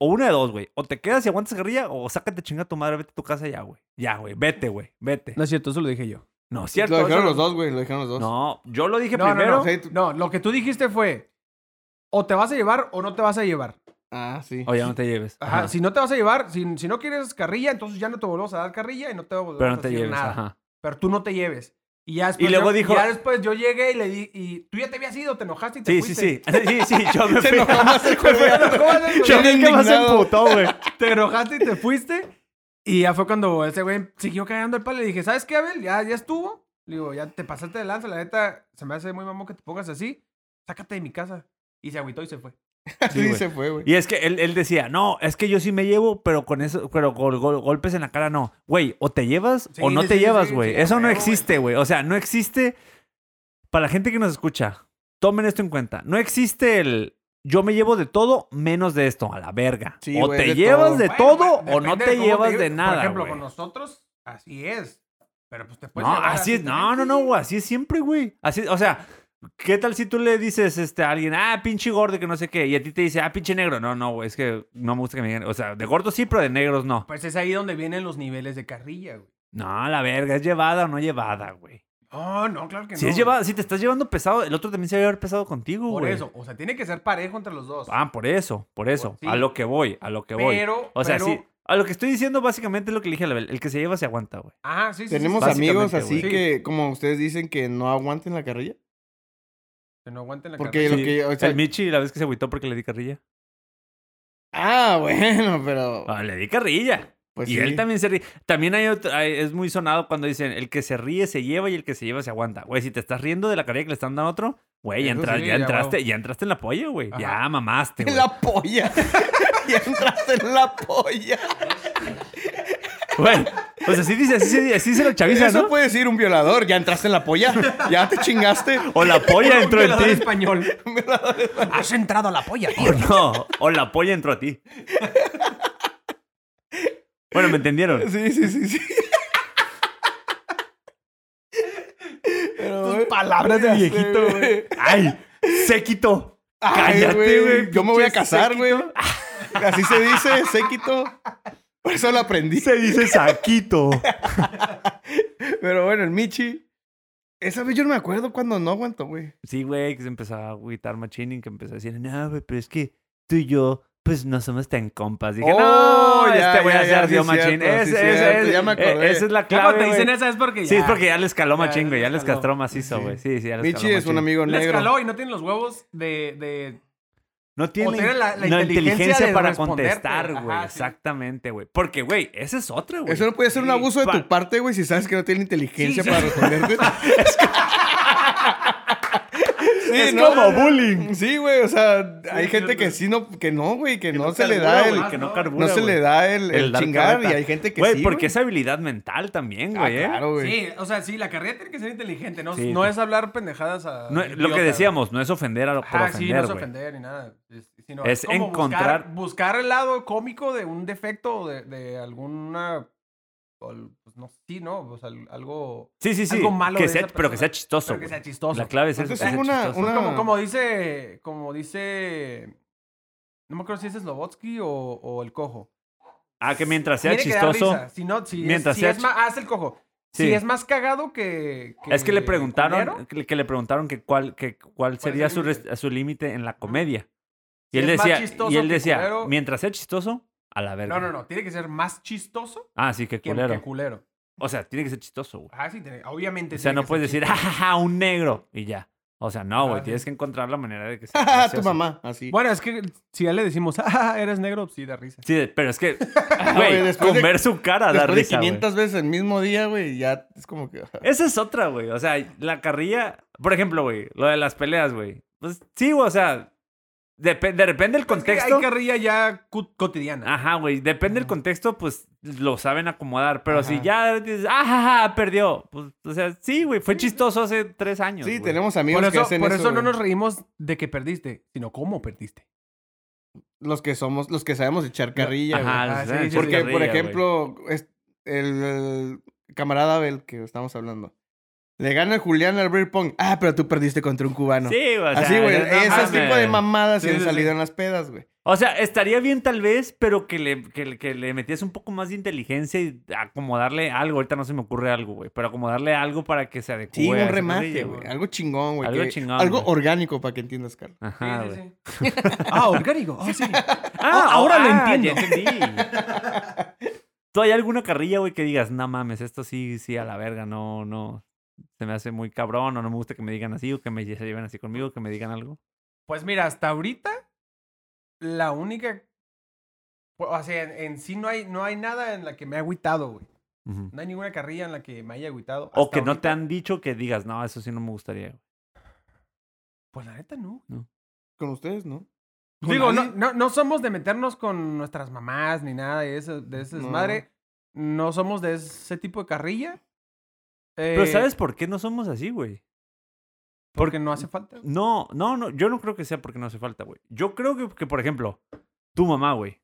[SPEAKER 3] O una de dos, güey. O te quedas y aguantas guerrilla, o sácate chinga a tu madre, vete a tu casa ya, güey. Ya, güey, vete, güey, vete.
[SPEAKER 1] No es cierto, eso lo dije yo.
[SPEAKER 3] No, es cierto.
[SPEAKER 2] Lo
[SPEAKER 3] eso
[SPEAKER 2] dijeron
[SPEAKER 3] no-
[SPEAKER 2] los dos, güey. Lo dijeron los dos.
[SPEAKER 3] No, yo lo dije
[SPEAKER 1] No, no,
[SPEAKER 3] primero.
[SPEAKER 1] no,
[SPEAKER 2] Sí, tú-
[SPEAKER 1] No, lo que tú dijiste fue: o te vas a llevar o no te vas a llevar.
[SPEAKER 2] Ah, sí.
[SPEAKER 3] O ya no te lleves.
[SPEAKER 1] Ajá, Si no te vas a llevar, si, si no quieres carrilla, entonces ya no te volvemos a dar carrilla y no te volvemos
[SPEAKER 3] Pero
[SPEAKER 1] a
[SPEAKER 3] no te
[SPEAKER 1] decir
[SPEAKER 3] lleves,
[SPEAKER 1] nada.
[SPEAKER 3] ajá.
[SPEAKER 1] Pero tú no te lleves. Y ya después,
[SPEAKER 3] Y luego
[SPEAKER 1] yo,
[SPEAKER 3] dijo-
[SPEAKER 1] ya después yo llegué y le di. Y tú ya te habías ido, te enojaste y te
[SPEAKER 3] Sí, sí,
[SPEAKER 1] fuiste.
[SPEAKER 3] sí. Sí, sí, yo me
[SPEAKER 2] Se
[SPEAKER 3] fui.
[SPEAKER 2] enojó más
[SPEAKER 1] Te
[SPEAKER 2] el Julián.
[SPEAKER 1] enojaste,
[SPEAKER 3] Yo
[SPEAKER 1] güey.
[SPEAKER 3] me que más se
[SPEAKER 2] indignado.
[SPEAKER 3] emputó, güey.
[SPEAKER 1] Te enojaste y te fuiste. Y ya fue cuando ese güey siguió cagando el palo. Le dije, ¿sabes qué, Abel? Ya, ya estuvo. Le digo, ya te pasaste de lanza. La neta, se me hace muy mamón que te pongas así. Sácate de mi casa. Y se agüitó y se fue.
[SPEAKER 3] Sí,
[SPEAKER 2] Así
[SPEAKER 3] güey.
[SPEAKER 2] se fue, güey.
[SPEAKER 3] Y es que él, él decía, no, es que yo sí me llevo, pero con eso, pero gol- gol- golpes en la cara no. Güey, o te llevas
[SPEAKER 1] Sí,
[SPEAKER 3] o no
[SPEAKER 1] sí,
[SPEAKER 3] te
[SPEAKER 1] sí,
[SPEAKER 3] llevas,
[SPEAKER 1] sí,
[SPEAKER 3] güey.
[SPEAKER 1] sí,
[SPEAKER 3] eso no
[SPEAKER 1] huevo,
[SPEAKER 3] existe, güey. O sea, no existe. Para la gente que nos escucha, tomen esto en cuenta. No existe el yo me llevo de todo menos de esto, a la verga.
[SPEAKER 2] Sí,
[SPEAKER 3] o
[SPEAKER 2] güey,
[SPEAKER 3] te
[SPEAKER 2] de
[SPEAKER 3] llevas
[SPEAKER 2] todo.
[SPEAKER 3] de
[SPEAKER 1] Bueno,
[SPEAKER 3] todo
[SPEAKER 1] pues,
[SPEAKER 3] o no
[SPEAKER 1] depende
[SPEAKER 3] te
[SPEAKER 1] cómo
[SPEAKER 3] llevas
[SPEAKER 1] lleves.
[SPEAKER 3] de nada.
[SPEAKER 1] Por ejemplo,
[SPEAKER 3] güey.
[SPEAKER 1] con nosotros, así es. Pero pues te puedes
[SPEAKER 3] No,
[SPEAKER 1] llevar
[SPEAKER 3] así es. No,
[SPEAKER 1] también.
[SPEAKER 3] no, no,
[SPEAKER 1] Sí,
[SPEAKER 3] güey. Así es siempre, güey. Así, o sea, ¿qué tal si tú le dices este, a alguien, ah, pinche gordo, que no sé qué, y a ti te dice, ah, pinche negro? No, no, güey. Es que no me gusta que me digan. O sea, de gordo sí, pero de negros no.
[SPEAKER 1] Pues es ahí donde vienen los niveles de carrilla, güey.
[SPEAKER 3] No, la verga, es llevada o no llevada, güey.
[SPEAKER 1] No, no, claro que
[SPEAKER 3] Si
[SPEAKER 1] no.
[SPEAKER 3] es llevada, si te estás llevando pesado, el otro también se va a llevar pesado contigo,
[SPEAKER 1] Por
[SPEAKER 3] güey.
[SPEAKER 1] eso. O sea, tiene que ser parejo entre los dos.
[SPEAKER 3] Ah, por eso, por eso.
[SPEAKER 1] sí.
[SPEAKER 3] A lo que voy, a lo que voy.
[SPEAKER 1] pero,
[SPEAKER 3] O sea,
[SPEAKER 1] pero-
[SPEAKER 3] sí. A lo que estoy diciendo básicamente es lo que le dije a la Bel. El que se lleva se aguanta, güey.
[SPEAKER 1] Ajá, sí, sí, sí.
[SPEAKER 2] Tenemos
[SPEAKER 1] sí,
[SPEAKER 3] Básicamente,
[SPEAKER 2] amigos así
[SPEAKER 1] güey.
[SPEAKER 2] que, como ustedes dicen, que no aguanten la carrilla.
[SPEAKER 1] Que no aguanten la
[SPEAKER 2] Porque lo
[SPEAKER 3] Sí.
[SPEAKER 2] que. o sea-
[SPEAKER 3] El Michi, la vez que se agüitó porque le di carrilla.
[SPEAKER 2] ah, bueno, pero.
[SPEAKER 3] Ah, le di carrilla.
[SPEAKER 2] Pues
[SPEAKER 3] y
[SPEAKER 2] sí.
[SPEAKER 3] él también se ríe. También hay otro- hay- es muy sonado cuando dicen, el que se ríe se lleva y el que se lleva se aguanta. Güey, si te estás riendo de la carrera que le están dando a otro, güey, ya,
[SPEAKER 1] Eso
[SPEAKER 3] entras-
[SPEAKER 1] sí,
[SPEAKER 3] ya
[SPEAKER 1] ya,
[SPEAKER 3] entraste,
[SPEAKER 1] wow.
[SPEAKER 3] ya entraste en la polla, güey.
[SPEAKER 1] Ajá.
[SPEAKER 3] Ya mamaste,
[SPEAKER 2] En
[SPEAKER 3] güey.
[SPEAKER 2] la polla. y entraste en la polla.
[SPEAKER 3] Güey, O sea, sí dice, así se, así se lo chaviza,
[SPEAKER 2] Eso
[SPEAKER 3] ¿no?
[SPEAKER 2] puede decir un violador. Ya entraste en la polla. Ya te chingaste.
[SPEAKER 3] O la polla
[SPEAKER 1] Un
[SPEAKER 3] entró en
[SPEAKER 1] violador
[SPEAKER 3] ti.
[SPEAKER 1] español. Has entrado a la polla,
[SPEAKER 3] O no, o la polla entró a ti. Bueno, ¿me entendieron?
[SPEAKER 2] Sí, sí, sí, sí. Pero, güey,
[SPEAKER 3] palabras de
[SPEAKER 2] ya sé,
[SPEAKER 3] viejito, güey. Ay, séquito.
[SPEAKER 2] ay,
[SPEAKER 3] Cállate, güey,
[SPEAKER 2] Yo me voy a
[SPEAKER 3] pinche
[SPEAKER 2] casar, güey. Así se dice, séquito. Por eso lo aprendí.
[SPEAKER 3] Se dice saquito.
[SPEAKER 2] Pero bueno, el Michi. Esa vez yo no me acuerdo cuando no aguantó, güey.
[SPEAKER 3] Sí, güey, que se empezó a agüitar machín y que empezó a decir, no, güey, pero es que tú y yo, pues no somos tan compas. Dije,
[SPEAKER 2] Oh,
[SPEAKER 3] no,
[SPEAKER 2] ya,
[SPEAKER 3] este güey
[SPEAKER 2] ya,
[SPEAKER 3] ya se
[SPEAKER 2] ya,
[SPEAKER 3] ardió
[SPEAKER 2] sí,
[SPEAKER 3] machín.
[SPEAKER 2] cierto, sí,
[SPEAKER 3] Ese- ese-
[SPEAKER 2] cierto,
[SPEAKER 3] ese-
[SPEAKER 2] ya me acordé.
[SPEAKER 3] e- Esa es la
[SPEAKER 1] Ya cuando
[SPEAKER 3] clave,
[SPEAKER 1] te dicen
[SPEAKER 3] güey.
[SPEAKER 1] esa es porque ya.
[SPEAKER 3] Sí, es porque ya le escaló
[SPEAKER 1] Ya,
[SPEAKER 3] machín,
[SPEAKER 1] le
[SPEAKER 3] güey. Ya les
[SPEAKER 1] escaló.
[SPEAKER 3] castró macizo,
[SPEAKER 2] Sí.
[SPEAKER 3] güey. Sí, sí, ya les
[SPEAKER 2] Michi
[SPEAKER 3] escaló
[SPEAKER 2] es un
[SPEAKER 3] machín.
[SPEAKER 2] amigo
[SPEAKER 1] Le
[SPEAKER 2] negro.
[SPEAKER 1] escaló y no tiene los huevos de. de
[SPEAKER 3] No
[SPEAKER 1] O
[SPEAKER 3] tiene
[SPEAKER 1] tiene la- la
[SPEAKER 3] no,
[SPEAKER 1] inteligencia de
[SPEAKER 3] para
[SPEAKER 1] responderte.
[SPEAKER 3] contestar, güey.
[SPEAKER 1] Ajá, sí.
[SPEAKER 3] Exactamente, güey. Porque, güey, esa es otra, güey.
[SPEAKER 2] Eso no puede ser un
[SPEAKER 3] Sí,
[SPEAKER 2] abuso de
[SPEAKER 3] pa-
[SPEAKER 2] tu parte, güey, si sabes que no tiene inteligencia
[SPEAKER 1] Sí, sí.
[SPEAKER 2] para responderte. Sí,
[SPEAKER 3] Es
[SPEAKER 2] ¿no?
[SPEAKER 3] como bullying.
[SPEAKER 2] Sí, güey, o sea, hay
[SPEAKER 1] es
[SPEAKER 2] gente que
[SPEAKER 1] cierto.
[SPEAKER 2] sí, no, que no, güey, que, no, se le
[SPEAKER 3] carbura,
[SPEAKER 2] da
[SPEAKER 3] güey,
[SPEAKER 2] el...
[SPEAKER 3] que no
[SPEAKER 1] no
[SPEAKER 3] carbura,
[SPEAKER 2] No se
[SPEAKER 3] güey.
[SPEAKER 2] le da el, el
[SPEAKER 3] dar
[SPEAKER 2] chingar y
[SPEAKER 3] carreta.
[SPEAKER 2] hay gente que
[SPEAKER 3] Güey,
[SPEAKER 2] sí,
[SPEAKER 3] porque
[SPEAKER 2] güey.
[SPEAKER 3] es habilidad mental también,
[SPEAKER 2] Ah,
[SPEAKER 3] güey, ¿eh?
[SPEAKER 2] claro, güey.
[SPEAKER 1] sí, o sea, sí, la carrera tiene que ser inteligente, ¿no?
[SPEAKER 3] Sí.
[SPEAKER 1] No es hablar pendejadas a.
[SPEAKER 3] No, lo que
[SPEAKER 1] idiota,
[SPEAKER 3] decíamos, no es ofender a lo
[SPEAKER 1] güey.
[SPEAKER 3] por
[SPEAKER 1] Ajá, sí, no
[SPEAKER 3] ofender,
[SPEAKER 1] es
[SPEAKER 3] güey.
[SPEAKER 1] ofender ni nada. Es, sino
[SPEAKER 3] Es
[SPEAKER 1] como
[SPEAKER 3] encontrar-
[SPEAKER 1] Buscar, buscar el lado cómico de un defecto o de, de alguna. o al- pues no, sí, ¿no? O sea, al- algo.
[SPEAKER 3] sí, sí, sí.
[SPEAKER 1] algo malo
[SPEAKER 3] que
[SPEAKER 1] de
[SPEAKER 3] sea-
[SPEAKER 1] esa
[SPEAKER 3] pero que sea
[SPEAKER 1] persona.
[SPEAKER 3] chistoso.
[SPEAKER 1] Pero que
[SPEAKER 3] güey.
[SPEAKER 1] sea chistoso.
[SPEAKER 3] La clave es eso.
[SPEAKER 2] Entonces,
[SPEAKER 3] que sea
[SPEAKER 2] una-
[SPEAKER 3] chistoso.
[SPEAKER 2] una-
[SPEAKER 1] Como, como dice. Como dice. No me acuerdo si es Slobotsky o, o el cojo.
[SPEAKER 3] Ah, que mientras sea
[SPEAKER 1] Tiene que dar
[SPEAKER 3] chistoso.
[SPEAKER 1] risa. Si no, si
[SPEAKER 3] mientras
[SPEAKER 1] es, si
[SPEAKER 3] sea
[SPEAKER 1] es
[SPEAKER 3] chi-
[SPEAKER 1] más. Ah, es el cojo.
[SPEAKER 3] Sí.
[SPEAKER 1] Si es más cagado que.
[SPEAKER 3] Es que le preguntaron,
[SPEAKER 1] culero,
[SPEAKER 3] que que le preguntaron que cuál, que cuál sería
[SPEAKER 1] es
[SPEAKER 3] su
[SPEAKER 1] el
[SPEAKER 3] res-
[SPEAKER 1] límite?
[SPEAKER 3] su límite en la comedia. Y
[SPEAKER 1] Si
[SPEAKER 3] él
[SPEAKER 1] es más
[SPEAKER 3] decía,
[SPEAKER 1] chistoso
[SPEAKER 3] y él
[SPEAKER 1] que
[SPEAKER 3] decía,
[SPEAKER 1] culero-
[SPEAKER 3] mientras sea chistoso, a la verga.
[SPEAKER 1] No, no, no. Tiene que ser más chistoso
[SPEAKER 3] Ah, sí, que
[SPEAKER 1] que que
[SPEAKER 3] culero.
[SPEAKER 1] culero.
[SPEAKER 3] O sea, tiene que ser chistoso, güey.
[SPEAKER 1] Ah, sí, tiene- obviamente.
[SPEAKER 3] O sea, no puedes decir, jajaja, un negro y ya. O sea, no, güey,
[SPEAKER 1] Ah,
[SPEAKER 3] tienes
[SPEAKER 1] sí.
[SPEAKER 3] que encontrar la manera de que sea.
[SPEAKER 2] Ah, tu
[SPEAKER 3] gracioso.
[SPEAKER 2] mamá, así.
[SPEAKER 1] Bueno, es que si ya le decimos, ah, eres negro, sí da risa.
[SPEAKER 3] Sí, pero es que,
[SPEAKER 1] Ah,
[SPEAKER 2] güey,
[SPEAKER 3] güey,
[SPEAKER 2] después de-
[SPEAKER 3] comer su cara da
[SPEAKER 2] Después de
[SPEAKER 3] risa. güey.
[SPEAKER 2] 500 veces el mismo día, güey, ya es como que...
[SPEAKER 3] Esa es otra, güey. O sea, la carrilla. Por ejemplo, güey, lo de las peleas, güey. Pues sí, güey, o sea. depe- de repente el
[SPEAKER 1] Es que
[SPEAKER 3] contexto. Ah,
[SPEAKER 1] hay carrilla ya cu- cotidiana.
[SPEAKER 3] Ajá, güey. Depende del
[SPEAKER 1] Ajá.
[SPEAKER 3] contexto, pues lo saben acomodar. Pero si
[SPEAKER 1] Ajá.
[SPEAKER 3] ya dices, ajaja, perdió. Pues, o sea, sí, güey. Fue chistoso hace tres años.
[SPEAKER 2] Sí,
[SPEAKER 3] güey.
[SPEAKER 2] tenemos amigos
[SPEAKER 1] por
[SPEAKER 2] que
[SPEAKER 1] eso,
[SPEAKER 2] hacen
[SPEAKER 1] por
[SPEAKER 2] eso,
[SPEAKER 1] eso no
[SPEAKER 2] güey.
[SPEAKER 1] nos reímos de que perdiste, sino cómo perdiste.
[SPEAKER 2] Los que somos, los que sabemos echar carrilla, güey.
[SPEAKER 3] Ajá,
[SPEAKER 1] güey.
[SPEAKER 3] los
[SPEAKER 1] Ah,
[SPEAKER 3] saben
[SPEAKER 1] sí,
[SPEAKER 3] echar
[SPEAKER 2] Porque, por
[SPEAKER 3] carrilla, güey.
[SPEAKER 2] ejemplo, es- el, el camarada Abel que estamos hablando. Le gana el Julián al Beer Pong. Ah, pero tú perdiste contra un cubano.
[SPEAKER 3] Sí, güey. o sea,
[SPEAKER 2] Así, güey.
[SPEAKER 3] no
[SPEAKER 2] Esos
[SPEAKER 3] mames.
[SPEAKER 2] tipos de mamadas
[SPEAKER 1] Sí,
[SPEAKER 2] se han
[SPEAKER 1] sí,
[SPEAKER 2] salido
[SPEAKER 1] sí.
[SPEAKER 2] en las pedas, güey.
[SPEAKER 3] O sea, estaría bien tal vez, pero que le, que, le- que le metías un poco más de inteligencia y acomodarle algo. Ahorita no se me ocurre algo, güey. Pero acomodarle algo para que se adecue.
[SPEAKER 2] Sí,
[SPEAKER 3] a
[SPEAKER 2] un
[SPEAKER 3] esa
[SPEAKER 2] remate,
[SPEAKER 3] carrilla,
[SPEAKER 2] güey. Algo chingón, güey.
[SPEAKER 3] Algo
[SPEAKER 2] que-
[SPEAKER 3] chingón,
[SPEAKER 2] Algo
[SPEAKER 3] güey.
[SPEAKER 2] orgánico para que entiendas, Carlos.
[SPEAKER 3] Ajá, güey.
[SPEAKER 1] Ah, sí. ah, orgánico. Ah, sí.
[SPEAKER 3] Ah,
[SPEAKER 1] Oh, ahora lo
[SPEAKER 3] ah,
[SPEAKER 1] entiendo.
[SPEAKER 3] ya entendí. ¿Tú hay alguna carrilla, güey, que digas, no mames, esto sí, sí, a la verga, no, no. Se me hace muy cabrón, o no me gusta que me digan así, o que me lle- se lleven así conmigo, que me digan algo.
[SPEAKER 1] Pues mira, hasta ahorita la única... O sea, en, en sí no hay, no hay nada en la que me ha agüitado, güey.
[SPEAKER 3] Ujú.
[SPEAKER 1] No hay ninguna carrilla en la que me haya agüitado.
[SPEAKER 3] O
[SPEAKER 1] hasta
[SPEAKER 3] que no
[SPEAKER 1] ahorita. Eh,
[SPEAKER 3] te han dicho que digas, no, eso sí no me gustaría. güey".
[SPEAKER 1] Pues la neta no.
[SPEAKER 2] Con ustedes, ¿no? ¿Con
[SPEAKER 1] Digo, no,
[SPEAKER 2] nadie?
[SPEAKER 1] no, no somos de meternos con nuestras mamás ni nada de eso, de ese
[SPEAKER 2] No.
[SPEAKER 1] desmadre. No somos de ese tipo de carrilla.
[SPEAKER 3] Pero
[SPEAKER 1] Eh,
[SPEAKER 3] ¿sabes por qué no somos así, güey?
[SPEAKER 1] Porque no hace falta.
[SPEAKER 3] No, no, no, yo no creo que sea porque no hace falta, güey. Yo creo que, que, por ejemplo, tu mamá, güey.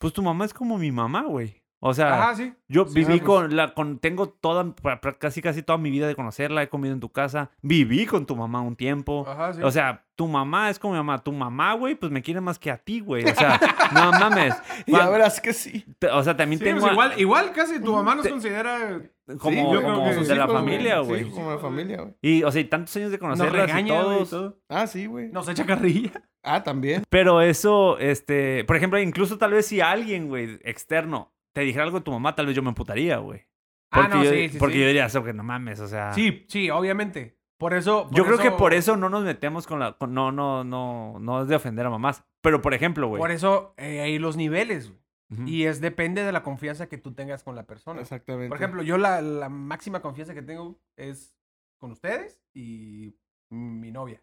[SPEAKER 3] Pues tu mamá es como mi mamá, güey. O sea,
[SPEAKER 1] Ajá, sí.
[SPEAKER 3] Yo
[SPEAKER 2] Sí,
[SPEAKER 3] viví
[SPEAKER 2] pues.
[SPEAKER 3] con la, con, tengo toda, pra- pra- casi casi toda mi vida de conocerla, he comido en tu casa, viví con tu mamá un tiempo.
[SPEAKER 1] Ajá, Ah, sí.
[SPEAKER 3] O sea, tu mamá es como mi mamá. Tu mamá, güey, pues me quiere más que a ti, güey. O sea, no mames.
[SPEAKER 2] Y
[SPEAKER 3] Cuan-
[SPEAKER 2] ya verás que sí.
[SPEAKER 3] te- o sea, también
[SPEAKER 1] Sí,
[SPEAKER 3] tengo
[SPEAKER 1] pues
[SPEAKER 3] a-
[SPEAKER 1] igual, igual casi tu mamá nos
[SPEAKER 3] Te-
[SPEAKER 1] considera.
[SPEAKER 3] como,
[SPEAKER 2] Sí, yo creo
[SPEAKER 3] como
[SPEAKER 2] que
[SPEAKER 3] de
[SPEAKER 2] sus
[SPEAKER 3] la
[SPEAKER 2] hijos,
[SPEAKER 3] familia, güey.
[SPEAKER 2] Sí, como la familia, güey.
[SPEAKER 3] Y, o sea, y tantos años de
[SPEAKER 1] Nos
[SPEAKER 3] conocerla y
[SPEAKER 1] regaña güey, y
[SPEAKER 3] todos.
[SPEAKER 1] todo.
[SPEAKER 2] Ah, sí, güey.
[SPEAKER 1] Nos echa carrilla.
[SPEAKER 2] Ah, también.
[SPEAKER 3] Pero eso, este, por ejemplo, incluso tal vez si alguien, güey, externo, te dijera algo de tu mamá, tal vez yo me emputaría, güey.
[SPEAKER 1] Ah,
[SPEAKER 3] Porque,
[SPEAKER 1] no,
[SPEAKER 3] yo,
[SPEAKER 1] sí, sí.
[SPEAKER 3] porque
[SPEAKER 1] sí.
[SPEAKER 3] yo diría, eso que no mames, o sea.
[SPEAKER 1] Sí, sí, obviamente. Por eso. por
[SPEAKER 3] Yo creo que
[SPEAKER 1] eso-
[SPEAKER 3] por eso no nos metemos con la. con- no, no, no. No es de ofender a mamás. Pero por ejemplo,
[SPEAKER 1] Por
[SPEAKER 3] güey. Mm.
[SPEAKER 1] eso eh, hay los niveles, güey.
[SPEAKER 3] Ujú.
[SPEAKER 1] Y es depende de la confianza que tú tengas con la persona.
[SPEAKER 2] Exactamente.
[SPEAKER 1] Por ejemplo, yo la, la máxima confianza que tengo es con ustedes y mi novia.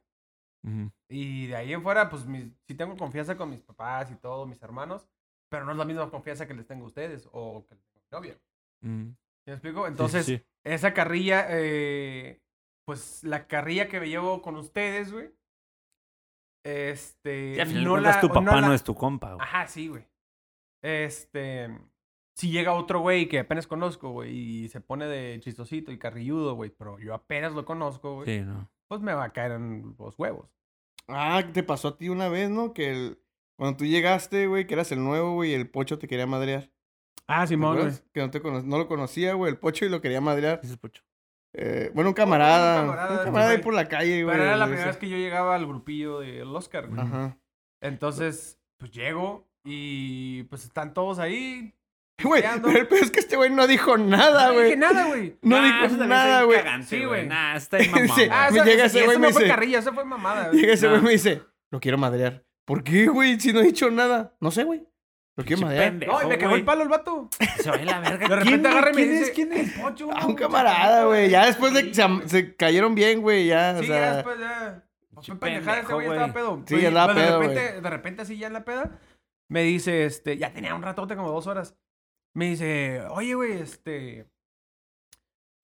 [SPEAKER 3] Ujú.
[SPEAKER 1] Y de ahí en fuera, pues mis, sí tengo confianza con mis papás y todos mis hermanos, pero no es la misma confianza que les tengo a ustedes o que les tengo a mi novia.
[SPEAKER 3] Ujú.
[SPEAKER 1] ¿Sí ¿Me explico? Entonces,
[SPEAKER 3] sí.
[SPEAKER 1] esa carrilla, eh, pues la carrilla que me llevo con ustedes, güey. Este.
[SPEAKER 3] Y al final de cuentas, tu
[SPEAKER 1] no
[SPEAKER 3] papá no,
[SPEAKER 1] la- Ah,
[SPEAKER 3] es tu compa, güey.
[SPEAKER 1] Ajá, sí, güey. Este. Si llega otro güey que apenas conozco, güey, y se pone de chistosito y carrilludo, güey, pero yo apenas lo conozco, güey,
[SPEAKER 3] Sí, no.
[SPEAKER 1] pues me va a caer en los huevos.
[SPEAKER 2] Ah, te pasó a ti una vez, ¿no? Que el- cuando tú llegaste, güey, que eras el nuevo, güey, el pocho te quería madrear.
[SPEAKER 1] Ah,
[SPEAKER 2] ¿Te
[SPEAKER 1] Simón,
[SPEAKER 2] acuerdas? Que no, te cono- no lo conocía, güey, el pocho y lo quería madrear.
[SPEAKER 3] Dices, Pocho.
[SPEAKER 2] Eh, bueno, un camarada.
[SPEAKER 1] pues, Un
[SPEAKER 2] Un
[SPEAKER 1] camarada,
[SPEAKER 2] camarada,
[SPEAKER 1] sí,
[SPEAKER 2] ahí
[SPEAKER 1] güey.
[SPEAKER 2] por la calle, güey.
[SPEAKER 1] Pero era la
[SPEAKER 2] le
[SPEAKER 1] primera vez
[SPEAKER 2] decía.
[SPEAKER 1] que yo llegaba al grupillo del Oscar, güey.
[SPEAKER 2] Ajá.
[SPEAKER 1] Entonces, pues llego y pues están todos ahí.
[SPEAKER 2] Güey,
[SPEAKER 1] pisteando.
[SPEAKER 2] pero el peor es que este güey no dijo nada,
[SPEAKER 1] No dije
[SPEAKER 2] güey.
[SPEAKER 1] nada, güey.
[SPEAKER 2] No
[SPEAKER 3] Ah, eso
[SPEAKER 2] dijo
[SPEAKER 3] también está
[SPEAKER 2] nada,
[SPEAKER 3] bien
[SPEAKER 2] güey.
[SPEAKER 3] cagante,
[SPEAKER 1] Sí, güey.
[SPEAKER 3] Nah, está ahí mamón.
[SPEAKER 2] Sí.
[SPEAKER 1] Ah,
[SPEAKER 2] Me
[SPEAKER 1] eso,
[SPEAKER 2] llega ese
[SPEAKER 1] eso
[SPEAKER 2] güey y
[SPEAKER 1] no
[SPEAKER 2] me
[SPEAKER 1] fue
[SPEAKER 2] dice-
[SPEAKER 1] carrilla, eso fue mamada. güey.
[SPEAKER 2] Llega ese güey y
[SPEAKER 3] No.
[SPEAKER 2] me dice, lo quiero madrear. ¿Por qué, güey? Si no he dicho nada. No sé, güey. Lo quiero
[SPEAKER 3] Pinche
[SPEAKER 2] madrear.
[SPEAKER 3] pendejo,
[SPEAKER 1] No, y me cagó
[SPEAKER 3] güey.
[SPEAKER 1] el palo el vato.
[SPEAKER 3] Se va a la verga.
[SPEAKER 1] De repente
[SPEAKER 3] ¿Quién,
[SPEAKER 1] agarra y me
[SPEAKER 3] güey? ¿Quién
[SPEAKER 1] dice...
[SPEAKER 3] es? ¿Quién es?
[SPEAKER 1] "El Pocho,
[SPEAKER 2] A
[SPEAKER 1] güey,
[SPEAKER 2] Ah, un camarada, güey. Ya después de
[SPEAKER 1] Sí,
[SPEAKER 2] que se, am-
[SPEAKER 1] güey.
[SPEAKER 2] se cayeron bien, güey. Ya, o
[SPEAKER 1] Sí, ya
[SPEAKER 2] sea,
[SPEAKER 1] después ya... Pues,
[SPEAKER 3] Pinche
[SPEAKER 1] fue pendejada, ese
[SPEAKER 3] pendejo,
[SPEAKER 1] güey ya
[SPEAKER 3] güey.
[SPEAKER 1] estaba pedo.
[SPEAKER 2] Sí,
[SPEAKER 1] Oye,
[SPEAKER 2] ya andaba
[SPEAKER 1] pero de
[SPEAKER 2] pedo,
[SPEAKER 1] repente, De repente, así ya en la peda, me dice, este... Ya tenía un ratote, como dos horas. Me dice, oye, güey, este...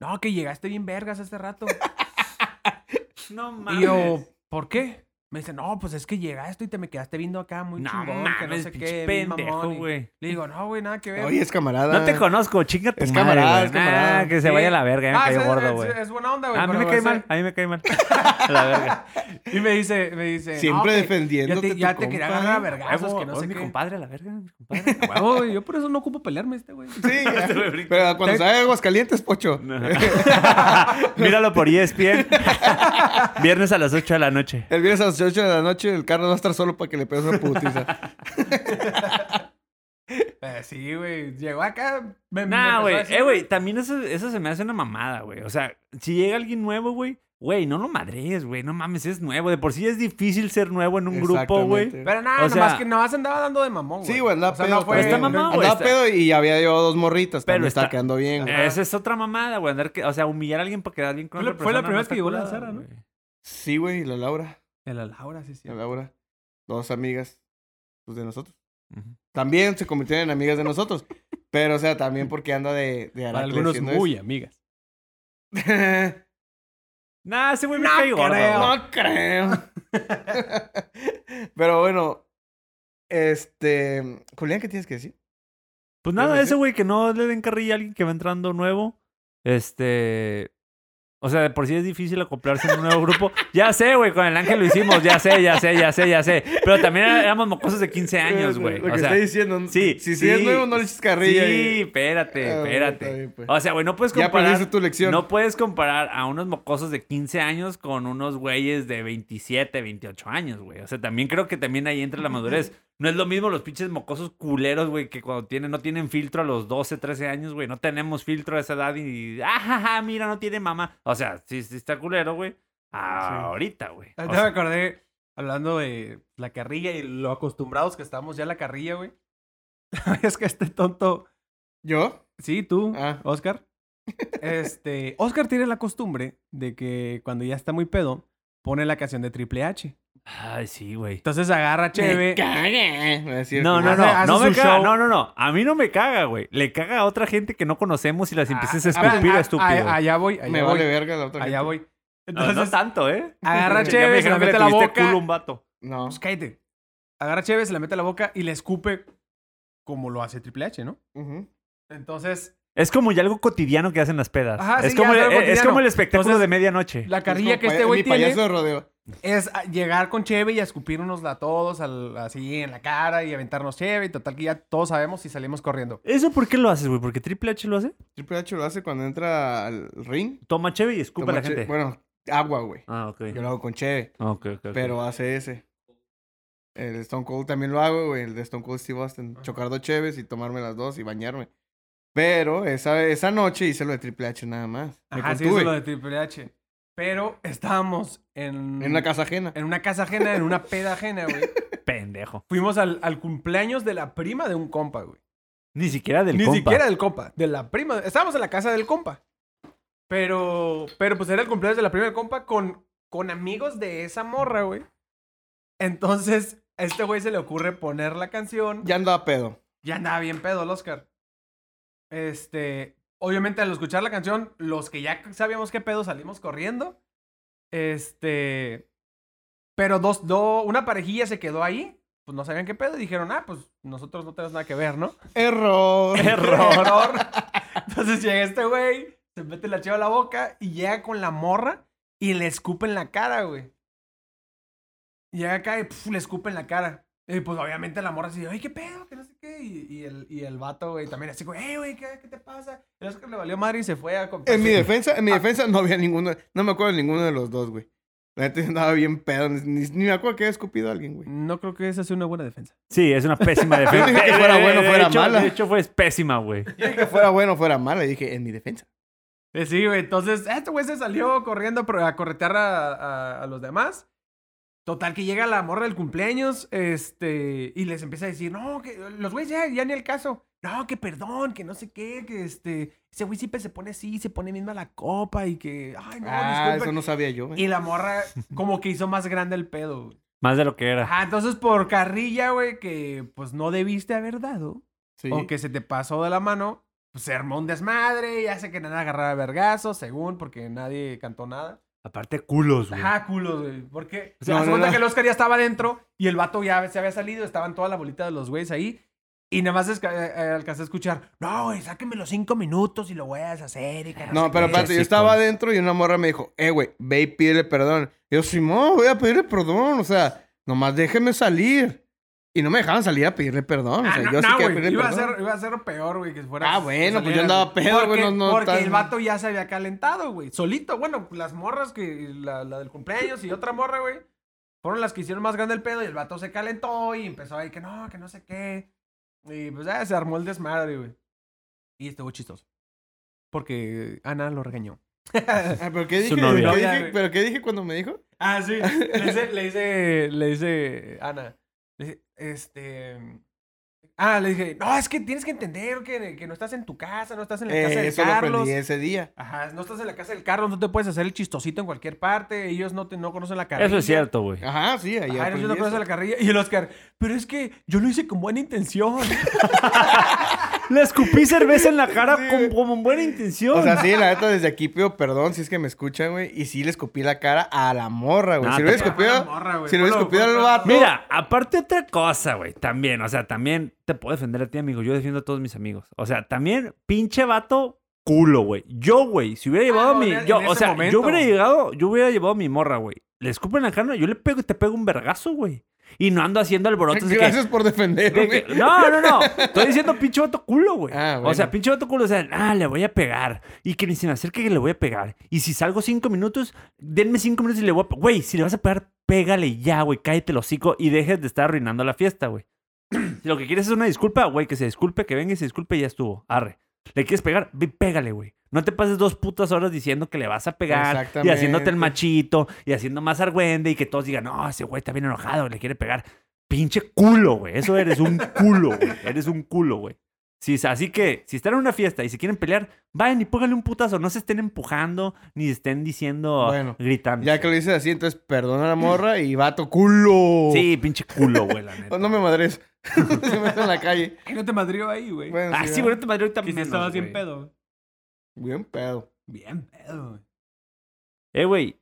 [SPEAKER 1] No, que llegaste bien vergas este rato.
[SPEAKER 3] No
[SPEAKER 1] y
[SPEAKER 3] mames.
[SPEAKER 1] yo, ¿por qué? Me dice, no, pues es que llegaste y te me quedaste viendo acá muy
[SPEAKER 3] no
[SPEAKER 1] chingón, que no
[SPEAKER 3] mames,
[SPEAKER 1] sé
[SPEAKER 3] pinche
[SPEAKER 1] qué, bien
[SPEAKER 3] pendejo,
[SPEAKER 1] mamón". Y
[SPEAKER 3] güey.
[SPEAKER 1] Le digo, no, güey, nada que ver.
[SPEAKER 2] Oye, es camarada.
[SPEAKER 1] Ah.
[SPEAKER 3] No te conozco, chinga tu
[SPEAKER 2] Es
[SPEAKER 3] madre,
[SPEAKER 2] camarada,
[SPEAKER 3] güey.
[SPEAKER 2] es camarada.
[SPEAKER 3] Nah, que se
[SPEAKER 1] Sí.
[SPEAKER 3] vaya a la verga, ya me
[SPEAKER 1] Ah,
[SPEAKER 3] cayó
[SPEAKER 1] es-
[SPEAKER 3] gordo,
[SPEAKER 1] es-
[SPEAKER 3] güey.
[SPEAKER 1] es buena onda, güey.
[SPEAKER 3] A mí me
[SPEAKER 1] pero
[SPEAKER 3] cae
[SPEAKER 1] ese-
[SPEAKER 3] mal, a mí me cae mal. A la verga.
[SPEAKER 1] Y me dice, me dice.
[SPEAKER 2] Siempre
[SPEAKER 1] "No, que
[SPEAKER 2] defendiéndote
[SPEAKER 1] Ya te,
[SPEAKER 2] tu
[SPEAKER 1] ya te quería
[SPEAKER 2] compa,
[SPEAKER 1] agarrar a
[SPEAKER 2] ¿eh?
[SPEAKER 1] vergazos, que no
[SPEAKER 3] es
[SPEAKER 1] sé
[SPEAKER 3] mi
[SPEAKER 1] qué.
[SPEAKER 3] compadre, a la verga, mi compadre.
[SPEAKER 1] A huevo, güey, yo por eso no ocupo pelearme este, güey.
[SPEAKER 2] Sí, ya.
[SPEAKER 3] Se me brinca.
[SPEAKER 2] pero cuando
[SPEAKER 1] Te-
[SPEAKER 2] sale Aguascalientes, Pocho.
[SPEAKER 3] Míralo por E ESPN. Viernes a las 8 de la noche.
[SPEAKER 2] El viernes a las 8 de la noche, el carro va a estar solo para que le pegues una putiza.
[SPEAKER 1] Eh, sí, güey. Llegó acá. Me, me empezó
[SPEAKER 3] Nah,
[SPEAKER 1] a
[SPEAKER 3] güey.
[SPEAKER 1] decir,
[SPEAKER 3] Eh, güey, también eso, eso se me hace una mamada, güey. O sea, si llega alguien nuevo, güey, güey, no lo madrees, güey. No mames, es nuevo. De por sí es difícil ser nuevo en un grupo, güey.
[SPEAKER 2] Exactamente.
[SPEAKER 1] Pero nada,
[SPEAKER 3] O sea-
[SPEAKER 1] nomás que nomás andaba dando de mamón, güey.
[SPEAKER 2] Sí, güey, andaba
[SPEAKER 1] O sea,
[SPEAKER 2] pedo.
[SPEAKER 1] no fue-
[SPEAKER 2] también.
[SPEAKER 3] Está mamado, güey,
[SPEAKER 2] andaba
[SPEAKER 3] está-
[SPEAKER 2] pedo y había llevado dos morritas.
[SPEAKER 3] Pero
[SPEAKER 2] Pero está,
[SPEAKER 3] está- Eh.
[SPEAKER 2] quedando bien, güey.
[SPEAKER 1] Ajá.
[SPEAKER 3] Esa es otra mamada, güey. Andar que, o sea, humillar a alguien para quedar bien con
[SPEAKER 1] Fue la-
[SPEAKER 3] otra
[SPEAKER 1] fue la
[SPEAKER 3] persona,
[SPEAKER 1] primera vez
[SPEAKER 3] está
[SPEAKER 1] que llegó la
[SPEAKER 3] curada,
[SPEAKER 1] Sara, ¿no?
[SPEAKER 3] güey.
[SPEAKER 2] Sí, güey, y la Laura.
[SPEAKER 1] De la Laura, sí, sí.
[SPEAKER 2] La Laura. Dos amigas pues, de nosotros.
[SPEAKER 3] Ujú.
[SPEAKER 2] También se convirtieron en amigas de nosotros. Pero, o sea, también porque anda de, de
[SPEAKER 1] Para
[SPEAKER 2] Aracle
[SPEAKER 1] algunos
[SPEAKER 2] haciendo
[SPEAKER 1] muy amigas.
[SPEAKER 2] eso.
[SPEAKER 3] Nah, ese güey me
[SPEAKER 1] No
[SPEAKER 3] cae gordo.
[SPEAKER 1] creo.
[SPEAKER 3] güey.
[SPEAKER 2] No creo. Pero bueno, este. Julián, ¿qué tienes que decir?
[SPEAKER 3] Pues
[SPEAKER 2] iba a
[SPEAKER 3] nada,
[SPEAKER 2] decir?
[SPEAKER 3] ese güey que no le den carrilla a alguien que va entrando nuevo. Este. O sea, de por sí es difícil acoplarse en un nuevo grupo. Ya sé, güey, con el ángel lo hicimos, ya sé, ya sé, ya sé, ya sé. Pero también éramos mocosos de 15 años, güey.
[SPEAKER 2] Lo que
[SPEAKER 3] O sea,
[SPEAKER 2] estoy diciendo.
[SPEAKER 3] sí,
[SPEAKER 2] Si,
[SPEAKER 3] sí,
[SPEAKER 2] si es nuevo, no le eches carrilla.
[SPEAKER 3] sí,
[SPEAKER 2] güey.
[SPEAKER 3] espérate,
[SPEAKER 2] Ah, bueno, está
[SPEAKER 3] espérate.
[SPEAKER 2] bien, pues.
[SPEAKER 3] O sea, güey, no puedes
[SPEAKER 2] Ya perdiste
[SPEAKER 3] comparar.
[SPEAKER 2] tu lección.
[SPEAKER 3] No puedes comparar a unos mocosos de 15 años con unos güeyes de 27, 28 años, güey. O sea, también creo que también ahí entra la madurez. No es lo mismo los pinches mocosos culeros, güey, que cuando tienen, no tienen filtro a los 12, 13 años, güey. No tenemos filtro a esa edad y, ajaja, mira, no tiene mamá. O sea, sí, sí está culero, güey. Ahorita, güey. O
[SPEAKER 1] Ah, Ya
[SPEAKER 3] sea,
[SPEAKER 1] me acordé, hablando de la carrilla y lo acostumbrados que estamos ya a la carrilla, güey. es que este tonto.
[SPEAKER 2] ¿Yo?
[SPEAKER 1] Sí, tú,
[SPEAKER 2] Ah.
[SPEAKER 1] Oscar. Este, Oscar tiene la costumbre de que cuando ya está muy pedo, pone la canción de Triple H.
[SPEAKER 3] Ay, sí, güey.
[SPEAKER 1] Entonces agarra
[SPEAKER 2] Me
[SPEAKER 1] Cheve.
[SPEAKER 2] cague. Me va a decir
[SPEAKER 3] No,
[SPEAKER 2] el
[SPEAKER 3] no,
[SPEAKER 2] Julián.
[SPEAKER 3] no,
[SPEAKER 1] Hace- hace
[SPEAKER 3] no me
[SPEAKER 1] su
[SPEAKER 3] caga,
[SPEAKER 1] show.
[SPEAKER 3] no, no, no, a mí no me caga, güey, le caga a otra gente que no conocemos y las empiezas a
[SPEAKER 1] Ah, ah,
[SPEAKER 3] escupir,
[SPEAKER 1] ah,
[SPEAKER 3] estúpido.
[SPEAKER 1] ah, allá voy, allá
[SPEAKER 2] Me
[SPEAKER 1] voy.
[SPEAKER 2] vale verga la otra.
[SPEAKER 1] allá
[SPEAKER 2] gente.
[SPEAKER 1] voy.
[SPEAKER 3] No, no
[SPEAKER 1] Entonces,
[SPEAKER 3] tanto, ¿eh?
[SPEAKER 1] agarra
[SPEAKER 3] Ya me
[SPEAKER 1] Cheve, se la
[SPEAKER 3] dijeron que
[SPEAKER 1] mete
[SPEAKER 3] le
[SPEAKER 1] a la
[SPEAKER 3] tuviste
[SPEAKER 1] boca.
[SPEAKER 3] culo a un vato.
[SPEAKER 2] No.
[SPEAKER 1] Pues cállate. Agarra Cheve, se la mete a la boca y le escupe como lo hace Triple H, ¿no?
[SPEAKER 2] Ujú.
[SPEAKER 1] Entonces,
[SPEAKER 3] Es como ya algo cotidiano que hacen las pedas.
[SPEAKER 1] Ajá,
[SPEAKER 3] es,
[SPEAKER 1] sí,
[SPEAKER 3] como
[SPEAKER 1] ya es
[SPEAKER 3] el,
[SPEAKER 1] algo
[SPEAKER 3] es- es
[SPEAKER 1] cotidiano.
[SPEAKER 3] como el espectáculo
[SPEAKER 1] Entonces,
[SPEAKER 3] de medianoche.
[SPEAKER 1] la
[SPEAKER 2] Es
[SPEAKER 1] carrilla
[SPEAKER 2] como
[SPEAKER 1] que este
[SPEAKER 2] paya-
[SPEAKER 1] güey
[SPEAKER 2] mi
[SPEAKER 1] tiene
[SPEAKER 2] payaso de rodeo.
[SPEAKER 1] es a- llegar con Cheve y a escupirnos a todos al- así en la cara y aventarnos Cheve y total que ya todos sabemos y salimos corriendo.
[SPEAKER 3] ¿Eso por qué lo haces, güey? ¿Porque Triple H lo hace?
[SPEAKER 2] Triple H lo hace cuando entra al ring.
[SPEAKER 3] Toma cheve y escupe a la
[SPEAKER 2] Toma che-
[SPEAKER 3] gente.
[SPEAKER 2] Bueno, agua, güey.
[SPEAKER 3] Ah, ok.
[SPEAKER 2] Yo lo hago con cheve.
[SPEAKER 3] Ok, ok, ok.
[SPEAKER 2] Pero hace ese. El Stone Cold también lo hago, güey. El de Stone Cold Steve Austin.
[SPEAKER 1] Ajá.
[SPEAKER 2] Chocar dos cheves y tomarme las dos y bañarme. Pero esa, esa noche hice lo de Triple H nada más. Me
[SPEAKER 1] Ajá, sí, eso
[SPEAKER 2] contuve.
[SPEAKER 1] es lo de Triple H. Pero estábamos en,
[SPEAKER 2] En una casa ajena.
[SPEAKER 1] en una casa ajena, en una peda ajena, güey.
[SPEAKER 3] Pendejo.
[SPEAKER 1] Fuimos al, al cumpleaños de la prima de un compa, güey.
[SPEAKER 3] Ni siquiera del
[SPEAKER 1] Ni
[SPEAKER 3] compa.
[SPEAKER 1] siquiera del compa, de la prima. Estábamos en la casa del compa. Pero, pero pues era el cumpleaños de la prima del compa con, con amigos de esa morra, güey. Entonces, a este güey se le ocurre poner la canción. Ya,
[SPEAKER 2] Ya andaba pedo.
[SPEAKER 1] andaba bien pedo el Oscar. Este, obviamente al escuchar la canción, los que ya sabíamos qué pedo salimos corriendo. Este, pero dos, dos, una parejilla se quedó ahí. Pues no sabían qué pedo y dijeron, ah, pues nosotros no tenemos nada que ver, ¿no?
[SPEAKER 2] Error.
[SPEAKER 1] Error. Entonces llega este güey, se mete la chiva a la boca y llega con la morra y le escupe en la cara, güey. Llega acá y pf, le escupe en la cara. Y pues obviamente la morra así, ay, qué pedo, que no sé qué. Y, y el, y el vato, güey, también así, güey, "Ey, güey, ¿qué, qué te pasa? El Oscar le valió madre y se fue a comprar.
[SPEAKER 2] En mi
[SPEAKER 1] su-
[SPEAKER 2] defensa, en mi defensa no había ninguno. No me acuerdo de ninguno de los dos, güey. La neta yo andaba bien pedo. Ni, ni- ni me acuerdo que había escupido a alguien, güey.
[SPEAKER 1] No creo que esa sea una buena defensa.
[SPEAKER 3] Sí, es una pésima defensa.
[SPEAKER 2] dije que fuera bueno,
[SPEAKER 3] De
[SPEAKER 2] fuera
[SPEAKER 3] hecho-
[SPEAKER 2] mala.
[SPEAKER 3] De hecho, fue pésima, güey.
[SPEAKER 2] Que fuera bueno o fuera malo. Y dije, en mi defensa.
[SPEAKER 1] Eh, Sí, güey. Entonces, este güey se salió corriendo pro- a corretear a, a- a los demás. Total, que llega la morra del cumpleaños, este, y les empieza a decir, no, que los güeyes ya, ya ni el caso. No, que perdón, que no sé qué, que este, ese güey siempre se pone así, se pone misma la copa y que, ay, no,
[SPEAKER 2] ah, eso
[SPEAKER 1] disculpen".
[SPEAKER 2] no sabía yo, güey.
[SPEAKER 1] Y la morra como que hizo más grande el pedo, güey.
[SPEAKER 3] Más de lo que era.
[SPEAKER 1] Ah, entonces por carrilla, güey, que pues no debiste haber dado
[SPEAKER 2] Sí.
[SPEAKER 1] o que se te pasó de la mano, pues se armó un desmadre, ya se querían agarrar a vergazos, según, porque nadie cantó nada.
[SPEAKER 3] Aparte, culos, güey.
[SPEAKER 1] Ajá, culos, güey. Porque se
[SPEAKER 2] No,
[SPEAKER 1] das
[SPEAKER 2] no,
[SPEAKER 1] cuenta
[SPEAKER 2] no.
[SPEAKER 1] que el Oscar ya estaba adentro y el vato ya se había salido, estaban toda la bolita de los güeyes ahí. Y nada más esca- eh, eh, alcancé a escuchar, no, güey, sáquenme los cinco minutos y lo voy a deshacer. Y que sé
[SPEAKER 2] No, pero
[SPEAKER 1] qué".
[SPEAKER 2] aparte, yo
[SPEAKER 3] Sí,
[SPEAKER 2] estaba
[SPEAKER 3] con-
[SPEAKER 2] adentro y una morra me dijo, eh, güey, ve y pídele perdón. Yo, Simón, voy a pedirle perdón. O sea, nomás déjeme salir. Y no me dejaban salir a pedirle perdón. O
[SPEAKER 1] Ah,
[SPEAKER 2] sea,
[SPEAKER 1] no,
[SPEAKER 2] yo sí
[SPEAKER 1] no,
[SPEAKER 2] quería
[SPEAKER 1] güey,
[SPEAKER 2] pedirle
[SPEAKER 1] iba, a
[SPEAKER 2] perdón.
[SPEAKER 1] ser, iba a ser peor, güey, que fuera.
[SPEAKER 2] Ah, bueno, pues
[SPEAKER 1] saliera,
[SPEAKER 2] yo andaba pedo, güey,
[SPEAKER 1] Porque,
[SPEAKER 2] no- no
[SPEAKER 1] porque
[SPEAKER 2] tan-
[SPEAKER 1] el vato ya se había calentado, güey. Solito, bueno, las morras que. La, la del cumpleaños y otra morra, güey. Fueron las que hicieron más grande el pedo y el vato se calentó y empezó ahí que no, que no sé qué. Y pues ya se armó el desmadre, güey. Y estuvo chistoso. Porque Ana lo regañó.
[SPEAKER 2] Ah, ¿pero, qué
[SPEAKER 3] Su
[SPEAKER 2] dije,
[SPEAKER 3] novia.
[SPEAKER 2] ¿Qué dije-
[SPEAKER 1] Novia, güey.
[SPEAKER 2] pero qué dije cuando me dijo?
[SPEAKER 1] Ah, sí. Le dice, le dice, le dice Ana. le dice, este. Ah, le dije, no, es que tienes que entender que, que no estás en tu casa, no estás en la
[SPEAKER 2] Eh,
[SPEAKER 1] casa de
[SPEAKER 2] eso lo
[SPEAKER 1] Carlos.
[SPEAKER 2] aprendí ese día.
[SPEAKER 1] Ajá, no estás en la casa del Carlos, no te puedes hacer el chistosito en cualquier parte, ellos no te no conocen la carrilla.
[SPEAKER 3] Eso es cierto, güey.
[SPEAKER 2] Ajá, sí, ahí
[SPEAKER 1] Ajá, ellos
[SPEAKER 2] aprendí
[SPEAKER 1] no
[SPEAKER 2] eso.
[SPEAKER 1] conocen la carrilla. Y el Oscar, pero es que yo lo hice con buena intención.
[SPEAKER 3] Le escupí cerveza en la cara
[SPEAKER 2] Sí,
[SPEAKER 3] con,
[SPEAKER 2] güey.
[SPEAKER 3] con buena intención.
[SPEAKER 2] O sea, sí, la neta, desde aquí pido perdón si es que me escuchan, güey. Y sí le escupí la cara a la morra, güey.
[SPEAKER 3] Nah,
[SPEAKER 2] si le hubiera
[SPEAKER 3] te-
[SPEAKER 1] Ah,
[SPEAKER 2] escupido,
[SPEAKER 1] morra, güey.
[SPEAKER 2] si le hubiera
[SPEAKER 1] Bueno,
[SPEAKER 2] escupido al
[SPEAKER 1] bueno,
[SPEAKER 2] vato.
[SPEAKER 3] Mira, aparte otra cosa, güey, también, o sea, también te puedo defender a ti, amigo, yo defiendo a todos mis amigos. O sea, también pinche vato culo, güey. Yo, güey, si hubiera llevado
[SPEAKER 1] Ah, no,
[SPEAKER 3] mi
[SPEAKER 1] en- en
[SPEAKER 3] yo, o
[SPEAKER 1] ese
[SPEAKER 3] sea,
[SPEAKER 1] momento.
[SPEAKER 3] yo hubiera llegado, yo hubiera llevado mi morra, güey. Le escupo en la cara, yo le pego y te pego un vergazo, güey. Y no ando haciendo alborotos de que-
[SPEAKER 2] Gracias por defenderme.
[SPEAKER 3] de que- no, no, no. Estoy diciendo pinche vato culo, güey.
[SPEAKER 2] Ah,
[SPEAKER 3] O sea,
[SPEAKER 2] bueno.
[SPEAKER 3] pinche vato culo, o sea, ah, le voy a pegar. Y que ni se me acerque que le voy a pegar. Y si salgo cinco minutos, denme cinco minutos y le voy a. pe- Güey, si le vas a pegar, pégale ya, güey. Cállate el hocico y dejes de estar arruinando la fiesta, güey. Si lo que quieres es una disculpa, güey, que se disculpe, que venga y se disculpe y ya estuvo. Arre. ¿Le quieres pegar? Ve, y pégale, güey. No te pases dos putas horas diciendo que le vas a pegar y haciéndote
[SPEAKER 2] Exactamente.
[SPEAKER 3] el machito y haciendo más argüende y que todos digan, no, ese güey está bien enojado, le quiere pegar. Pinche culo, güey. Eso eres un culo, güey. Eres un culo, güey. Sí, así que, si están en una fiesta y se quieren pelear, vayan y pónganle un putazo. No se estén empujando ni se estén diciendo,
[SPEAKER 2] Bueno,
[SPEAKER 3] gritando.
[SPEAKER 2] Ya que lo dices así, entonces perdona a la morra y vato culo.
[SPEAKER 3] Sí, pinche culo, güey, la neta.
[SPEAKER 2] Oh, No me madres. Se me meto en la calle.
[SPEAKER 1] Ay, no te madrió ahí, güey.
[SPEAKER 2] Bueno,
[SPEAKER 3] Ah, sí,
[SPEAKER 2] va.
[SPEAKER 3] güey, no te madre ahorita
[SPEAKER 1] que si
[SPEAKER 3] menos,
[SPEAKER 1] estabas bien
[SPEAKER 3] güey.
[SPEAKER 1] pedo.
[SPEAKER 2] Bien pedo.
[SPEAKER 1] Bien pedo, güey.
[SPEAKER 3] Eh, güey.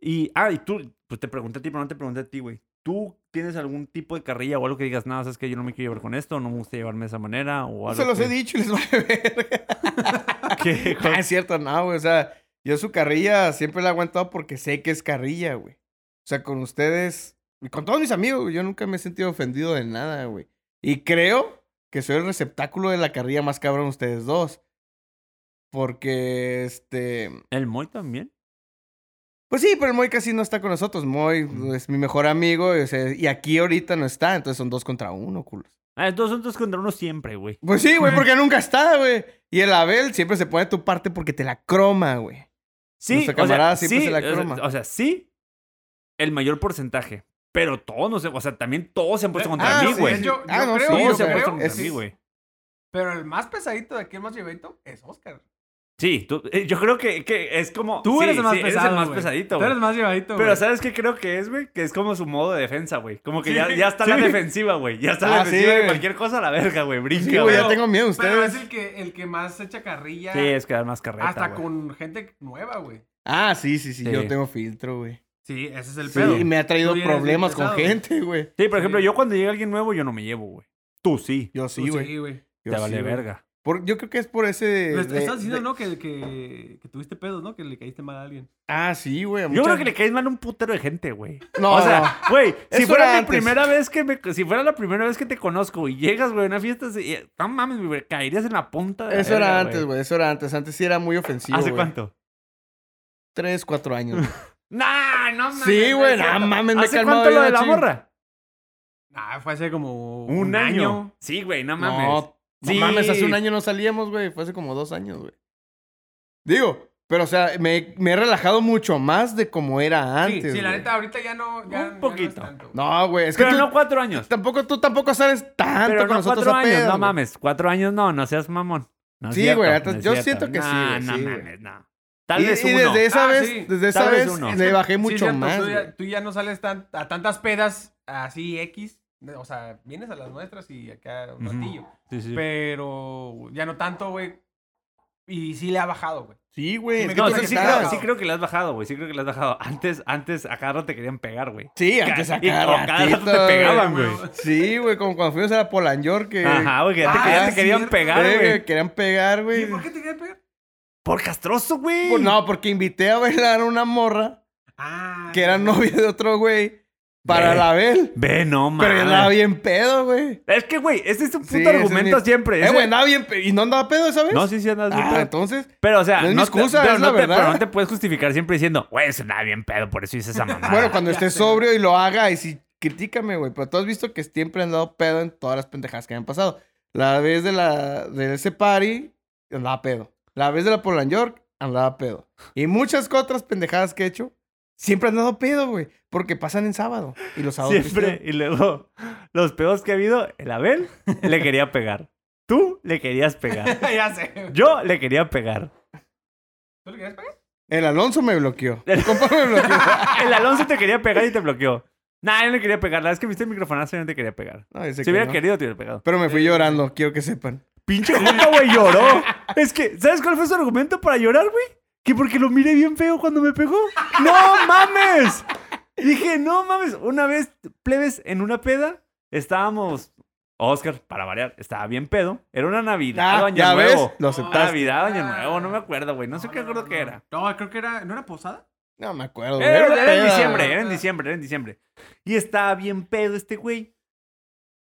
[SPEAKER 3] Y, ah, y tú, pues te pregunté a ti, pero no te pregunté a ti, güey. ¿Tú tienes algún tipo de carrilla o algo que digas, nada, sabes que yo no me quiero llevar con esto, no me gusta llevarme de esa manera? O algo
[SPEAKER 2] Se los
[SPEAKER 3] que-
[SPEAKER 2] he dicho y les va a ver.
[SPEAKER 3] que-
[SPEAKER 2] Ah, es cierto, no, güey. O sea, yo su carrilla siempre la he aguantado porque sé que es carrilla, güey. O sea, con ustedes y con todos mis amigos, güey, yo nunca me he sentido ofendido de nada, güey. Y creo que soy el receptáculo de la carrilla más cabrón de ustedes dos. Porque, este...
[SPEAKER 3] ¿El Moy también?
[SPEAKER 2] Pues sí, pero el Moy casi no está con nosotros. Moy
[SPEAKER 3] Mm.
[SPEAKER 2] es mi mejor amigo y, o sea, y aquí ahorita no está. Entonces son dos contra uno, culos.
[SPEAKER 3] Ah, entonces son dos contra uno siempre, güey.
[SPEAKER 2] Pues sí, güey, porque nunca está, güey. Y el Abel siempre se pone a tu parte porque te la croma, güey.
[SPEAKER 3] Sí,
[SPEAKER 2] Nuestro
[SPEAKER 3] o sea,
[SPEAKER 2] camarada
[SPEAKER 3] sí,
[SPEAKER 2] siempre se la
[SPEAKER 3] o sea,
[SPEAKER 2] croma.
[SPEAKER 3] o sea, sí, el mayor porcentaje. Pero todos, no sé, o sea, también todos se han puesto contra
[SPEAKER 2] Ah,
[SPEAKER 3] mí,
[SPEAKER 2] sí,
[SPEAKER 3] güey.
[SPEAKER 1] de hecho,
[SPEAKER 2] Ah,
[SPEAKER 1] Eh, yo
[SPEAKER 2] no,
[SPEAKER 1] creo-
[SPEAKER 2] sí,
[SPEAKER 3] todos
[SPEAKER 1] yo
[SPEAKER 3] se han
[SPEAKER 2] güey.
[SPEAKER 3] puesto
[SPEAKER 1] creo-
[SPEAKER 3] contra
[SPEAKER 2] Es-
[SPEAKER 3] mí, güey.
[SPEAKER 1] Pero el más pesadito de aquí, el más llevadito, es Oscar.
[SPEAKER 3] Sí, tú- eh, yo creo que, que es como...
[SPEAKER 1] Tú
[SPEAKER 3] sí,
[SPEAKER 1] eres el más
[SPEAKER 3] sí,
[SPEAKER 1] pesadito.
[SPEAKER 3] Eres el más pesadito,
[SPEAKER 1] Tú
[SPEAKER 3] güey.
[SPEAKER 1] eres el más llevadito,
[SPEAKER 3] Pero
[SPEAKER 1] güey.
[SPEAKER 3] ¿sabes qué creo que es, güey? Que es como su modo de defensa, güey. Como que
[SPEAKER 1] Sí,
[SPEAKER 3] ya, ya está la
[SPEAKER 1] sí.
[SPEAKER 3] defensiva, güey. Ya está la
[SPEAKER 2] Ah, sí,
[SPEAKER 3] defensiva de
[SPEAKER 2] güey.
[SPEAKER 3] cualquier cosa a la verga, güey. Brinca,
[SPEAKER 2] Sí, güey,
[SPEAKER 3] güey.
[SPEAKER 2] ya tengo miedo de
[SPEAKER 1] Pero
[SPEAKER 2] ustedes.
[SPEAKER 1] es el que, el que más echa carrilla.
[SPEAKER 3] Sí, es que dar más carreta,
[SPEAKER 1] hasta
[SPEAKER 3] güey.
[SPEAKER 1] con gente nueva, güey.
[SPEAKER 2] Ah, sí, sí, sí,
[SPEAKER 3] Sí.
[SPEAKER 2] yo tengo filtro, güey.
[SPEAKER 1] Sí, ese es el
[SPEAKER 2] Sí,
[SPEAKER 1] pedo.
[SPEAKER 2] y me ha traído
[SPEAKER 1] Tú eres
[SPEAKER 2] problemas
[SPEAKER 1] bien
[SPEAKER 2] con
[SPEAKER 1] pesado.
[SPEAKER 2] gente, güey.
[SPEAKER 3] Sí, por ejemplo,
[SPEAKER 1] Sí.
[SPEAKER 3] yo cuando llega alguien nuevo, yo no me llevo, güey. Tú sí.
[SPEAKER 2] Yo
[SPEAKER 1] Tú
[SPEAKER 2] sí, güey. Yo
[SPEAKER 3] te
[SPEAKER 2] sí,
[SPEAKER 3] vale
[SPEAKER 2] güey.
[SPEAKER 3] verga.
[SPEAKER 2] Por- yo creo que es por ese... de-
[SPEAKER 1] Pero est-
[SPEAKER 2] de-
[SPEAKER 1] estás diciendo,
[SPEAKER 2] de-
[SPEAKER 1] ¿no? Que, que, que tuviste pedos, ¿no? Que le caíste mal a alguien.
[SPEAKER 2] Ah, sí, güey. a
[SPEAKER 3] Yo creo
[SPEAKER 2] mucha-
[SPEAKER 3] que le caes mal a un putero de gente, güey.
[SPEAKER 2] No,
[SPEAKER 3] o sea, güey, si
[SPEAKER 2] Eso
[SPEAKER 3] fuera
[SPEAKER 2] era
[SPEAKER 3] la
[SPEAKER 2] antes.
[SPEAKER 3] primera vez que me, si fuera la primera vez que te conozco y llegas, güey, a una fiesta, así, eh, no mames, güey, caerías en la punta. De la
[SPEAKER 2] Eso era
[SPEAKER 3] verga,
[SPEAKER 2] antes, güey. Eso era antes. Antes sí era muy ofensivo,
[SPEAKER 3] ¿Hace
[SPEAKER 2] güey.
[SPEAKER 3] cuánto?
[SPEAKER 2] Tres, cuatro años. güey.
[SPEAKER 3] Nah, no mames.
[SPEAKER 2] Sí,
[SPEAKER 3] no
[SPEAKER 2] güey,
[SPEAKER 3] es
[SPEAKER 2] no
[SPEAKER 3] cierto.
[SPEAKER 2] mames, me he
[SPEAKER 3] ¿Hace
[SPEAKER 2] calmado
[SPEAKER 3] cuánto lo
[SPEAKER 2] bien
[SPEAKER 3] de la
[SPEAKER 2] machín.
[SPEAKER 3] morra?
[SPEAKER 1] Ah, fue hace como
[SPEAKER 3] Un, año. Sí, güey, no mames.
[SPEAKER 2] no, no
[SPEAKER 3] Sí.
[SPEAKER 2] mames, hace un año no salíamos, güey. Fue hace como dos años, güey. Digo, pero o sea, me, me he relajado mucho más de como era
[SPEAKER 1] Sí,
[SPEAKER 2] antes.
[SPEAKER 1] sí, la
[SPEAKER 2] güey.
[SPEAKER 1] neta, ahorita ya no. ya-
[SPEAKER 3] Un
[SPEAKER 1] ya no es
[SPEAKER 3] poquito.
[SPEAKER 1] tanto.
[SPEAKER 2] No, güey, es que
[SPEAKER 3] Pero
[SPEAKER 2] tú
[SPEAKER 3] no cuatro años.
[SPEAKER 2] tampoco, tú tampoco sales tanto
[SPEAKER 3] Pero
[SPEAKER 2] con
[SPEAKER 3] no
[SPEAKER 2] nosotros
[SPEAKER 3] cuatro
[SPEAKER 2] a
[SPEAKER 3] años,
[SPEAKER 2] pedas,
[SPEAKER 3] no
[SPEAKER 2] güey.
[SPEAKER 3] mames. Cuatro años no, no seas mamón. No es
[SPEAKER 2] Sí,
[SPEAKER 3] cierto,
[SPEAKER 2] güey,
[SPEAKER 3] no
[SPEAKER 2] entonces
[SPEAKER 3] es
[SPEAKER 2] yo
[SPEAKER 3] cierto.
[SPEAKER 2] siento que sí,
[SPEAKER 3] Nah,
[SPEAKER 2] güey,
[SPEAKER 3] No
[SPEAKER 2] sí, güey.
[SPEAKER 3] mames, no. Tal
[SPEAKER 2] y,
[SPEAKER 3] vez
[SPEAKER 2] y
[SPEAKER 3] uno.
[SPEAKER 2] desde esa
[SPEAKER 1] Ah,
[SPEAKER 2] vez,
[SPEAKER 1] sí.
[SPEAKER 2] desde esa
[SPEAKER 3] Tal vez
[SPEAKER 2] vez,
[SPEAKER 3] uno.
[SPEAKER 2] le bajé
[SPEAKER 1] Sí,
[SPEAKER 2] mucho
[SPEAKER 1] cierto,
[SPEAKER 2] más.
[SPEAKER 1] Tú
[SPEAKER 2] güey.
[SPEAKER 1] ya, tú ya no sales tan- a tantas pedas así X. O sea, vienes a las nuestras y acá un
[SPEAKER 3] Ujú.
[SPEAKER 1] ratillo.
[SPEAKER 3] Sí, sí.
[SPEAKER 1] Pero ya no tanto, güey. Y sí le ha bajado, güey.
[SPEAKER 2] Sí,
[SPEAKER 1] Sí,
[SPEAKER 2] güey. es que
[SPEAKER 3] No,
[SPEAKER 2] tú
[SPEAKER 1] creo
[SPEAKER 3] sí,
[SPEAKER 1] que
[SPEAKER 3] sí,
[SPEAKER 1] te has
[SPEAKER 2] estabas-
[SPEAKER 3] creo,
[SPEAKER 1] bajado.
[SPEAKER 3] sí creo que le has bajado, güey. Sí creo que le has bajado. Antes, antes, a cada rato te querían pegar, güey.
[SPEAKER 2] Sí, antes
[SPEAKER 3] Ca-
[SPEAKER 2] a
[SPEAKER 3] y
[SPEAKER 2] cada
[SPEAKER 3] como cada rato
[SPEAKER 2] ratito,
[SPEAKER 3] te
[SPEAKER 2] güey.
[SPEAKER 3] pegaban, güey.
[SPEAKER 2] Sí, güey, como cuando fuimos a la Polanyor que...
[SPEAKER 3] Ajá, güey, que ya te,
[SPEAKER 1] Ah,
[SPEAKER 3] que ya
[SPEAKER 1] sí,
[SPEAKER 3] te querían
[SPEAKER 1] cierto.
[SPEAKER 3] pegar,
[SPEAKER 2] eh,
[SPEAKER 3] güey.
[SPEAKER 2] querían pegar,
[SPEAKER 1] ¿Y
[SPEAKER 2] güey.
[SPEAKER 1] por qué te querías pegar?
[SPEAKER 3] Por castroso, güey.
[SPEAKER 2] Pues no, porque invité a bailar a una morra
[SPEAKER 1] Ah.
[SPEAKER 2] que era novia de otro güey para
[SPEAKER 3] Ve.
[SPEAKER 2] la Bel.
[SPEAKER 3] Ve, no,
[SPEAKER 2] Pero yo andaba
[SPEAKER 3] mames.
[SPEAKER 2] bien pedo, güey.
[SPEAKER 3] Es que, güey, ese es un puto
[SPEAKER 2] Sí, ese es
[SPEAKER 3] argumento
[SPEAKER 2] mi-
[SPEAKER 3] siempre.
[SPEAKER 2] Eh,
[SPEAKER 3] ese-
[SPEAKER 2] güey, andaba bien pedo. ¿Y no andaba pedo esa vez?
[SPEAKER 3] No, sí, sí, andas bien
[SPEAKER 2] Ah,
[SPEAKER 3] pedo.
[SPEAKER 2] entonces...
[SPEAKER 3] Pero, o sea,
[SPEAKER 2] No es mi
[SPEAKER 3] te-
[SPEAKER 2] excusa,
[SPEAKER 3] pero
[SPEAKER 2] es
[SPEAKER 3] no
[SPEAKER 2] la
[SPEAKER 3] te, pero
[SPEAKER 2] verdad.
[SPEAKER 3] no te puedes justificar siempre diciendo, güey, eso nada bien pedo, por eso hice esa mamada.
[SPEAKER 2] Bueno, cuando
[SPEAKER 1] ya
[SPEAKER 2] esté
[SPEAKER 1] sé.
[SPEAKER 2] sobrio y lo haga, y si critícame, güey. Pero tú has visto que siempre han dado pedo en todas las pendejadas que me han pasado. La vez de la de ese party, andaba pedo. La vez de la Poland York, andaba pedo. Y muchas otras pendejadas que he hecho, siempre han dado pedo, güey. Porque pasan en sábado. Y los sábados.
[SPEAKER 3] siempre.
[SPEAKER 2] tristeo.
[SPEAKER 3] Y luego, los pedos que ha habido, el Abel le quería pegar. Tú le querías pegar.
[SPEAKER 1] ya sé. güey.
[SPEAKER 3] Yo le quería pegar.
[SPEAKER 1] ¿Tú le querías pegar?
[SPEAKER 2] El Alonso me bloqueó. El compa me bloqueó.
[SPEAKER 3] El Alonso te quería pegar y te bloqueó. Nah, yo no le quería pegar. La vez que viste el microfonazo, yo no te quería pegar.
[SPEAKER 2] No, dice
[SPEAKER 3] Si
[SPEAKER 2] que
[SPEAKER 3] hubiera
[SPEAKER 2] no.
[SPEAKER 3] querido, te hubiera pegado.
[SPEAKER 2] Pero
[SPEAKER 1] Eh.
[SPEAKER 2] me fui llorando, quiero que sepan.
[SPEAKER 3] Pinche Juca, güey, lloró. Es que, ¿sabes cuál fue su argumento para llorar, güey? Que porque lo miré bien feo cuando me pegó. ¡No mames! Dije, no mames. Una vez, plebes, en una peda, estábamos. Oscar, para variar, estaba bien pedo. Era una Navidad,
[SPEAKER 2] Ah,
[SPEAKER 3] o Año
[SPEAKER 2] ya ves,
[SPEAKER 3] Nuevo.
[SPEAKER 2] lo aceptaste.
[SPEAKER 3] Navidad, Año Nuevo, no me acuerdo, güey. No sé qué acuerdo que era.
[SPEAKER 1] No, creo que era. ¿No era posada?
[SPEAKER 2] No me acuerdo. güey.
[SPEAKER 1] Eh,
[SPEAKER 3] Era,
[SPEAKER 2] una
[SPEAKER 3] era en
[SPEAKER 2] peda.
[SPEAKER 3] diciembre, era en diciembre, era en diciembre. Y estaba bien pedo este güey.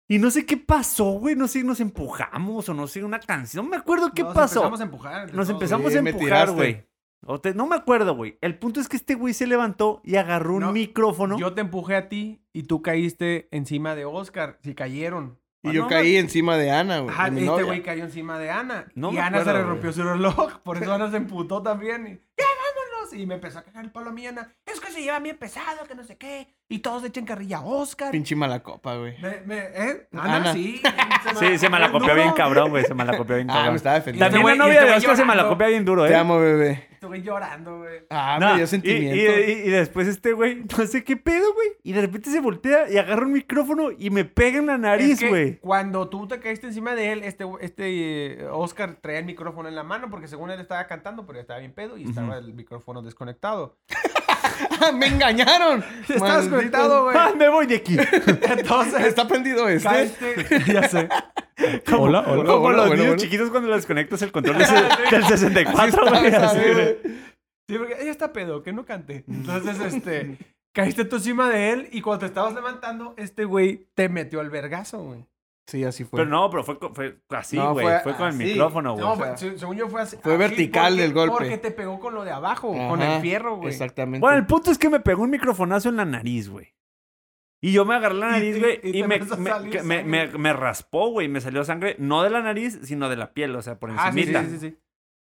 [SPEAKER 3] Y no sé qué pasó, güey. No sé si nos empujamos o no sé una canción. No me acuerdo qué
[SPEAKER 1] Nos
[SPEAKER 3] pasó.
[SPEAKER 1] Empezamos a empujar. entre
[SPEAKER 3] Nos
[SPEAKER 1] todos,
[SPEAKER 3] empezamos
[SPEAKER 2] Sí,
[SPEAKER 3] a
[SPEAKER 2] me
[SPEAKER 3] empujar,
[SPEAKER 2] tiraste.
[SPEAKER 3] güey. O te- No me acuerdo, güey. El punto es que este güey se levantó y agarró un
[SPEAKER 1] No,
[SPEAKER 3] micrófono.
[SPEAKER 1] güey. Yo te empujé a ti y tú caíste encima de Oscar. Si cayeron.
[SPEAKER 2] Y yo
[SPEAKER 3] No,
[SPEAKER 2] caí encima de Ana, güey.
[SPEAKER 1] Ajá,
[SPEAKER 2] de mi
[SPEAKER 1] este
[SPEAKER 2] novia.
[SPEAKER 1] güey cayó encima de Ana.
[SPEAKER 3] No
[SPEAKER 1] y
[SPEAKER 3] me
[SPEAKER 1] Ana se
[SPEAKER 3] acuerdo,
[SPEAKER 1] le rompió su reloj. Por eso Ana se emputó también. Y, ¡Ya vámonos! Y me empezó a cagar el palo a mí, Ana. Es que se lleva bien pesado, que no sé qué. Y todos le echan carrilla a Oscar.
[SPEAKER 2] Pinche mala copa, güey. Ah,
[SPEAKER 1] Me- me- ¿eh? Ana,
[SPEAKER 2] Ana.
[SPEAKER 1] sí.
[SPEAKER 3] Sí, se me la copió
[SPEAKER 1] duro.
[SPEAKER 3] bien cabrón, güey. Se me la copió bien
[SPEAKER 2] Ah, me
[SPEAKER 3] cabrón.
[SPEAKER 2] estaba defendiendo.
[SPEAKER 3] También
[SPEAKER 1] güey-
[SPEAKER 3] la
[SPEAKER 1] y
[SPEAKER 3] novia
[SPEAKER 1] este
[SPEAKER 3] de
[SPEAKER 1] güey
[SPEAKER 3] Oscar se me la
[SPEAKER 1] llorando.
[SPEAKER 3] copia bien duro, eh.
[SPEAKER 2] Te amo, bebé.
[SPEAKER 1] Estuve llorando, güey.
[SPEAKER 2] Ah,
[SPEAKER 3] Nah,
[SPEAKER 2] me dio
[SPEAKER 3] y-
[SPEAKER 2] sentimiento.
[SPEAKER 3] Y, y- y después este güey, no sé qué pedo, güey. Y de repente se voltea y agarra un micrófono y me pega en la
[SPEAKER 1] Es
[SPEAKER 3] nariz,
[SPEAKER 1] que
[SPEAKER 3] güey.
[SPEAKER 1] cuando tú te caíste encima de él, este, este eh, Oscar traía el micrófono en la mano porque según él estaba cantando, pero estaba bien pedo y estaba el micrófono desconectado.
[SPEAKER 2] ¡Ah, me engañaron.
[SPEAKER 1] Estaba
[SPEAKER 2] Maldito.
[SPEAKER 1] desconectado, güey.
[SPEAKER 3] ¡Ah, me voy de aquí!
[SPEAKER 1] Entonces,
[SPEAKER 2] Está prendido este.
[SPEAKER 1] caíste. ya sé.
[SPEAKER 3] Como-
[SPEAKER 2] Hola, hola,
[SPEAKER 3] Como
[SPEAKER 2] hola,
[SPEAKER 3] los
[SPEAKER 2] bueno,
[SPEAKER 3] niños
[SPEAKER 2] bueno.
[SPEAKER 3] chiquitos cuando les conectas el control de ese- del 64,
[SPEAKER 2] Así
[SPEAKER 3] güey.
[SPEAKER 2] está,
[SPEAKER 3] así,
[SPEAKER 2] ¿sabes?
[SPEAKER 3] güey.
[SPEAKER 1] Sí, porque ella está pedo, que no cante. Entonces, este, caíste tú encima de él y cuando te estabas levantando, este güey te metió al vergazo, güey.
[SPEAKER 2] Sí, así fue.
[SPEAKER 3] Pero no, pero fue, co- fue así,
[SPEAKER 2] No,
[SPEAKER 3] güey.
[SPEAKER 2] fue
[SPEAKER 3] fue con el
[SPEAKER 2] así.
[SPEAKER 3] micrófono, güey.
[SPEAKER 1] No, fue- se- según yo fue así.
[SPEAKER 2] Fue
[SPEAKER 1] así,
[SPEAKER 2] vertical
[SPEAKER 1] porque-
[SPEAKER 2] el golpe.
[SPEAKER 1] Porque te pegó con lo de abajo, con
[SPEAKER 2] Ajá,
[SPEAKER 1] el fierro, güey.
[SPEAKER 2] Exactamente.
[SPEAKER 3] Bueno, el punto es que me pegó un microfonazo en la nariz, güey. Y yo me agarré la
[SPEAKER 1] Y
[SPEAKER 3] nariz,
[SPEAKER 1] te-
[SPEAKER 3] güey,
[SPEAKER 1] y
[SPEAKER 3] y,
[SPEAKER 1] te
[SPEAKER 3] me,
[SPEAKER 1] empezó a
[SPEAKER 3] me-
[SPEAKER 1] salir
[SPEAKER 3] que- me-
[SPEAKER 1] sangre.
[SPEAKER 3] me- me raspó, güey. Me salió sangre, no de la nariz, sino de la piel, o sea, por
[SPEAKER 1] Ah, sí,
[SPEAKER 3] encimita.
[SPEAKER 1] sí, sí, sí.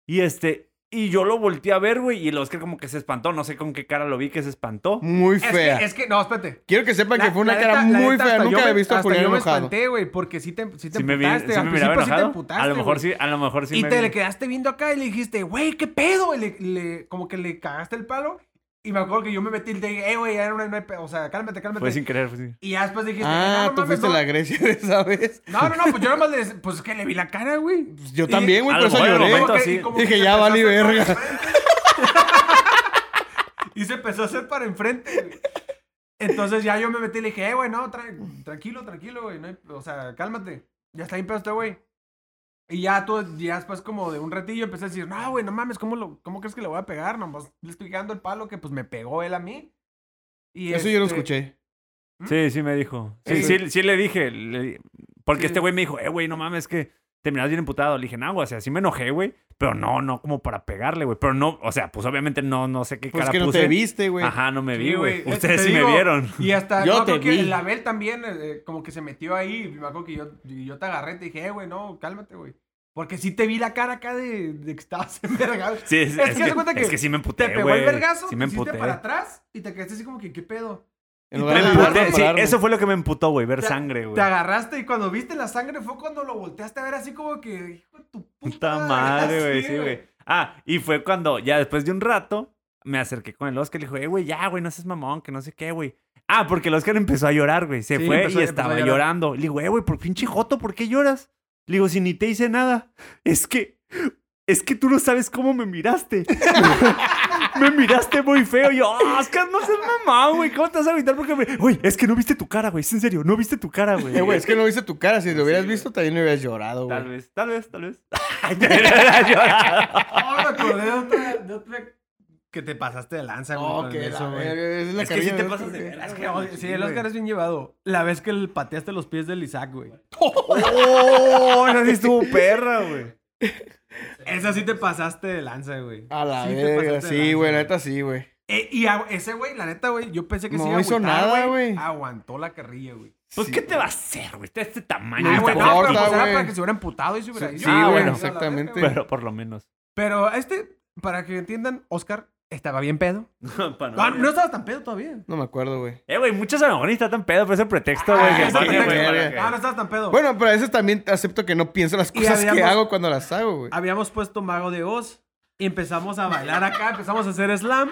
[SPEAKER 3] Y este, Y yo lo volteé a ver, güey, y el Oscar como que se espantó. No sé con qué cara lo vi que se espantó.
[SPEAKER 2] Muy
[SPEAKER 1] Es
[SPEAKER 2] fea.
[SPEAKER 1] que, es que, no, espérate.
[SPEAKER 2] Quiero que sepan que
[SPEAKER 1] La-
[SPEAKER 2] fue una
[SPEAKER 1] la
[SPEAKER 2] cara
[SPEAKER 1] neta- la
[SPEAKER 2] muy
[SPEAKER 1] neta,
[SPEAKER 2] fea.
[SPEAKER 1] hasta
[SPEAKER 2] Nunca
[SPEAKER 1] yo
[SPEAKER 2] había
[SPEAKER 1] me-
[SPEAKER 2] visto a
[SPEAKER 1] hasta
[SPEAKER 2] Julián
[SPEAKER 1] Yo me
[SPEAKER 2] enojado.
[SPEAKER 1] espanté, güey, porque sí te, sí te
[SPEAKER 3] Sí me, vi-
[SPEAKER 1] emputaste.
[SPEAKER 3] sí
[SPEAKER 1] al
[SPEAKER 3] me miraba
[SPEAKER 1] principio sí te
[SPEAKER 3] enojado.
[SPEAKER 1] emputaste,
[SPEAKER 3] a lo mejor
[SPEAKER 1] güey.
[SPEAKER 3] sí, a lo mejor sí
[SPEAKER 1] y
[SPEAKER 3] me
[SPEAKER 1] te
[SPEAKER 3] vi.
[SPEAKER 1] le quedaste viendo acá y le dijiste, güey, ¿qué pedo? Y le, le- como que le cagaste el palo. Y me acuerdo que yo me metí y te dije, eh, güey, ya no, hay- no hay pedo. O sea, cálmate, cálmate.
[SPEAKER 3] Fue sin querer, fue sin-
[SPEAKER 1] Y ya después dijiste,
[SPEAKER 2] Ah,
[SPEAKER 1] "Ah, no,
[SPEAKER 2] tú
[SPEAKER 1] mames,
[SPEAKER 2] fuiste
[SPEAKER 1] no".
[SPEAKER 2] la Grecia de esa vez.
[SPEAKER 1] No, no, no, pues yo nomás le, pues que le vi la cara, güey.
[SPEAKER 2] Pues Yo
[SPEAKER 1] Y-
[SPEAKER 2] también, güey,
[SPEAKER 3] a
[SPEAKER 2] por
[SPEAKER 3] lo
[SPEAKER 2] eso
[SPEAKER 3] mejor en el
[SPEAKER 2] lloré.
[SPEAKER 3] momento-
[SPEAKER 1] como
[SPEAKER 3] sí.
[SPEAKER 1] y como
[SPEAKER 2] Dije,
[SPEAKER 1] que se
[SPEAKER 2] ya
[SPEAKER 1] empezó a
[SPEAKER 2] valí
[SPEAKER 1] hacer para
[SPEAKER 2] verga.
[SPEAKER 1] enfrente. y se empezó a hacer para enfrente, güey. Entonces ya yo me metí y le dije, eh, güey, no, tra- tranquilo, tranquilo, güey. no hay- o sea, cálmate. Ya está bien pedo este güey. Y ya tú, ya después como de un ratillo empecé a decir, no, güey, no mames, ¿cómo, lo, ¿cómo crees que le voy a pegar? Nomás le estoy dando el palo que pues me pegó él a mí. Y
[SPEAKER 2] Eso yo lo
[SPEAKER 1] este,
[SPEAKER 2] escuché.
[SPEAKER 3] Sí, sí me dijo. Sí,
[SPEAKER 1] Ese-
[SPEAKER 3] sí, sí le dije. le di- porque
[SPEAKER 1] Sí.
[SPEAKER 3] este güey me dijo, eh, güey, no mames, que terminas bien emputado. Le dije, no, güey, o sea, sí me enojé, güey. Pero no, no como para pegarle, güey. Pero no, o sea, pues obviamente no, no sé qué
[SPEAKER 2] Pues
[SPEAKER 3] cara
[SPEAKER 2] que no
[SPEAKER 3] puse.
[SPEAKER 2] te viste, güey.
[SPEAKER 3] Ajá, no me
[SPEAKER 1] Sí,
[SPEAKER 3] vi, güey.
[SPEAKER 1] güey, eh,
[SPEAKER 3] Ustedes
[SPEAKER 1] te
[SPEAKER 3] sí
[SPEAKER 1] digo,
[SPEAKER 3] me vieron.
[SPEAKER 1] Y hasta
[SPEAKER 2] Yo
[SPEAKER 1] yo
[SPEAKER 2] te
[SPEAKER 1] creo
[SPEAKER 2] vi.
[SPEAKER 1] que el Abel también eh, como que se metió ahí. Me acuerdo que yo, yo te agarré y te dije, eh, güey, no, cálmate, güey. Porque sí te vi la cara acá de, de que estabas envergado.
[SPEAKER 3] Sí, es,
[SPEAKER 1] que
[SPEAKER 3] es
[SPEAKER 1] haz de cuenta
[SPEAKER 3] que, es
[SPEAKER 1] que
[SPEAKER 3] que sí
[SPEAKER 1] Te
[SPEAKER 3] me
[SPEAKER 2] Eh,
[SPEAKER 3] emputé, güey.
[SPEAKER 1] pegó el vergazo,
[SPEAKER 3] Sí
[SPEAKER 1] te
[SPEAKER 3] me
[SPEAKER 1] hiciste
[SPEAKER 3] emputé.
[SPEAKER 1] para atrás y te quedaste así como que, ¿qué pedo?
[SPEAKER 2] En
[SPEAKER 1] y
[SPEAKER 3] Me
[SPEAKER 2] lugar de
[SPEAKER 1] te
[SPEAKER 2] ayudarme,
[SPEAKER 3] emputé. Sí,
[SPEAKER 2] pararme.
[SPEAKER 3] eso fue lo que me emputó, güey, ver
[SPEAKER 1] Te-
[SPEAKER 3] sangre, güey.
[SPEAKER 1] Te agarraste y cuando viste la sangre fue cuando lo volteaste a ver así como que, hijo de tu puta
[SPEAKER 3] Puta madre, güey,
[SPEAKER 1] así,
[SPEAKER 3] sí, güey. Ah, y fue cuando, ya después de un rato, me acerqué con el Oscar y le dijo, eh, güey, ya, güey, no seas mamón, que no sé qué, güey. Ah, porque el Oscar empezó a llorar, güey. Se
[SPEAKER 1] Sí,
[SPEAKER 3] fue
[SPEAKER 1] empezó- empezó
[SPEAKER 3] y
[SPEAKER 1] a
[SPEAKER 3] estaba
[SPEAKER 1] llorar.
[SPEAKER 3] llorando. Le digo, eh, güey, por pinche joto, ¿por qué lloras? Le digo, si ni te hice nada. Es que, es que tú no sabes cómo me miraste. me miraste muy feo. Y yo, "Ah, Oscar, no seas mamón, güey. ¿Cómo te vas a gritar? Porque, me... güey, es que no viste tu cara, güey. Es en serio, no viste tu cara, güey.
[SPEAKER 2] Eh, güey, es que no viste tu cara. Si lo hubieras
[SPEAKER 3] güey.
[SPEAKER 2] visto, también hubieras llorado,
[SPEAKER 3] Tal
[SPEAKER 2] güey.
[SPEAKER 3] vez, tal vez, tal vez. Llorado.
[SPEAKER 1] Oh, me acordé de otra, de otra que te pasaste de lanza, güey.
[SPEAKER 2] No,
[SPEAKER 1] con
[SPEAKER 2] Oh, que
[SPEAKER 1] eso,
[SPEAKER 2] la
[SPEAKER 1] güey.
[SPEAKER 2] verga, es la
[SPEAKER 3] Es que sí
[SPEAKER 2] carilla
[SPEAKER 3] te
[SPEAKER 2] de-
[SPEAKER 3] pasas de verga,
[SPEAKER 1] Es que, oye, sí, el Oscar
[SPEAKER 2] güey.
[SPEAKER 1] es bien llevado. La vez que le pateaste los pies del Isaac, güey.
[SPEAKER 3] ¡Oh! Esa sí estuvo perra, güey.
[SPEAKER 1] Esa sí te pasaste de lanza, güey.
[SPEAKER 2] A la
[SPEAKER 1] Sí te
[SPEAKER 2] verga,
[SPEAKER 1] pasaste de
[SPEAKER 2] sí,
[SPEAKER 1] lanza,
[SPEAKER 2] güey, la neta sí, güey.
[SPEAKER 1] Eh, y a- ese güey, la neta, güey, yo pensé que
[SPEAKER 2] No
[SPEAKER 1] sí iba a
[SPEAKER 2] hizo
[SPEAKER 1] agüitar,
[SPEAKER 2] nada, güey.
[SPEAKER 1] Aguantó la carrilla, güey.
[SPEAKER 3] Pues,
[SPEAKER 2] Sí,
[SPEAKER 3] ¿qué te va a hacer, güey? Está de este tamaño.
[SPEAKER 1] Ah,
[SPEAKER 3] está
[SPEAKER 1] güey, no,
[SPEAKER 2] importa,
[SPEAKER 1] pero pues era
[SPEAKER 2] güey.
[SPEAKER 1] para que se hubiera emputado y se hubiera
[SPEAKER 2] Sí,
[SPEAKER 1] ido.
[SPEAKER 2] sí,
[SPEAKER 1] Ah,
[SPEAKER 3] güey,
[SPEAKER 1] bueno,
[SPEAKER 2] exactamente.
[SPEAKER 1] a la verga, güey.
[SPEAKER 3] Pero por lo menos.
[SPEAKER 1] Pero este, para que entiendan, Oscar estaba bien pedo.
[SPEAKER 3] Pa'
[SPEAKER 1] No, Ah, no estabas tan pedo todavía.
[SPEAKER 2] No me acuerdo, güey.
[SPEAKER 3] Eh, güey, muchas a lo mejor ni está tan pedo, pero es el pretexto,
[SPEAKER 1] Ah,
[SPEAKER 3] güey.
[SPEAKER 2] que
[SPEAKER 1] no
[SPEAKER 3] que
[SPEAKER 2] sí,
[SPEAKER 1] estabas
[SPEAKER 3] pone,
[SPEAKER 1] tan
[SPEAKER 2] güey,
[SPEAKER 1] pedo.
[SPEAKER 2] verga.
[SPEAKER 1] Ah, no estabas tan pedo.
[SPEAKER 2] Bueno, pero a veces también acepto que no pienso las
[SPEAKER 1] Y
[SPEAKER 2] cosas que
[SPEAKER 1] habíamos-
[SPEAKER 2] hago cuando las hago, güey.
[SPEAKER 1] habíamos puesto Mago de Oz y empezamos a bailar acá, empezamos a hacer slam.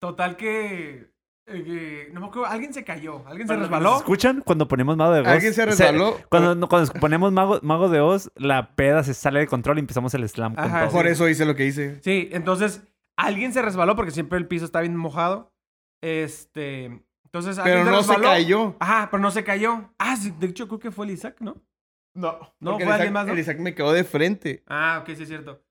[SPEAKER 1] Total que, eh, que- no me acuerdo, alguien se cayó, alguien se
[SPEAKER 3] Cuando
[SPEAKER 1] resbaló.
[SPEAKER 3] nos ¿Escuchan? Cuando ponemos Mago de Oz.
[SPEAKER 2] Alguien se resbaló.
[SPEAKER 3] cuando, no, cuando ponemos mago, mago de Oz, la peda se sale de control y empezamos el slam con
[SPEAKER 1] Ajá,
[SPEAKER 3] todo.
[SPEAKER 2] Por eso hice lo que hice.
[SPEAKER 1] Sí, entonces alguien se resbaló porque siempre el piso está bien mojado. Este, entonces
[SPEAKER 2] Pero
[SPEAKER 1] alguien
[SPEAKER 2] no se
[SPEAKER 1] resbaló.
[SPEAKER 2] cayó.
[SPEAKER 1] Ajá, pero no se cayó. Ah, sí, de hecho creo que fue el Isaac, ¿no?
[SPEAKER 2] No.
[SPEAKER 1] No,
[SPEAKER 2] porque
[SPEAKER 1] fue
[SPEAKER 2] el
[SPEAKER 1] alguien
[SPEAKER 2] Isaac-
[SPEAKER 1] más, ¿no?
[SPEAKER 2] El Isaac me quedó de frente.
[SPEAKER 1] Ah, ok, sí es cierto.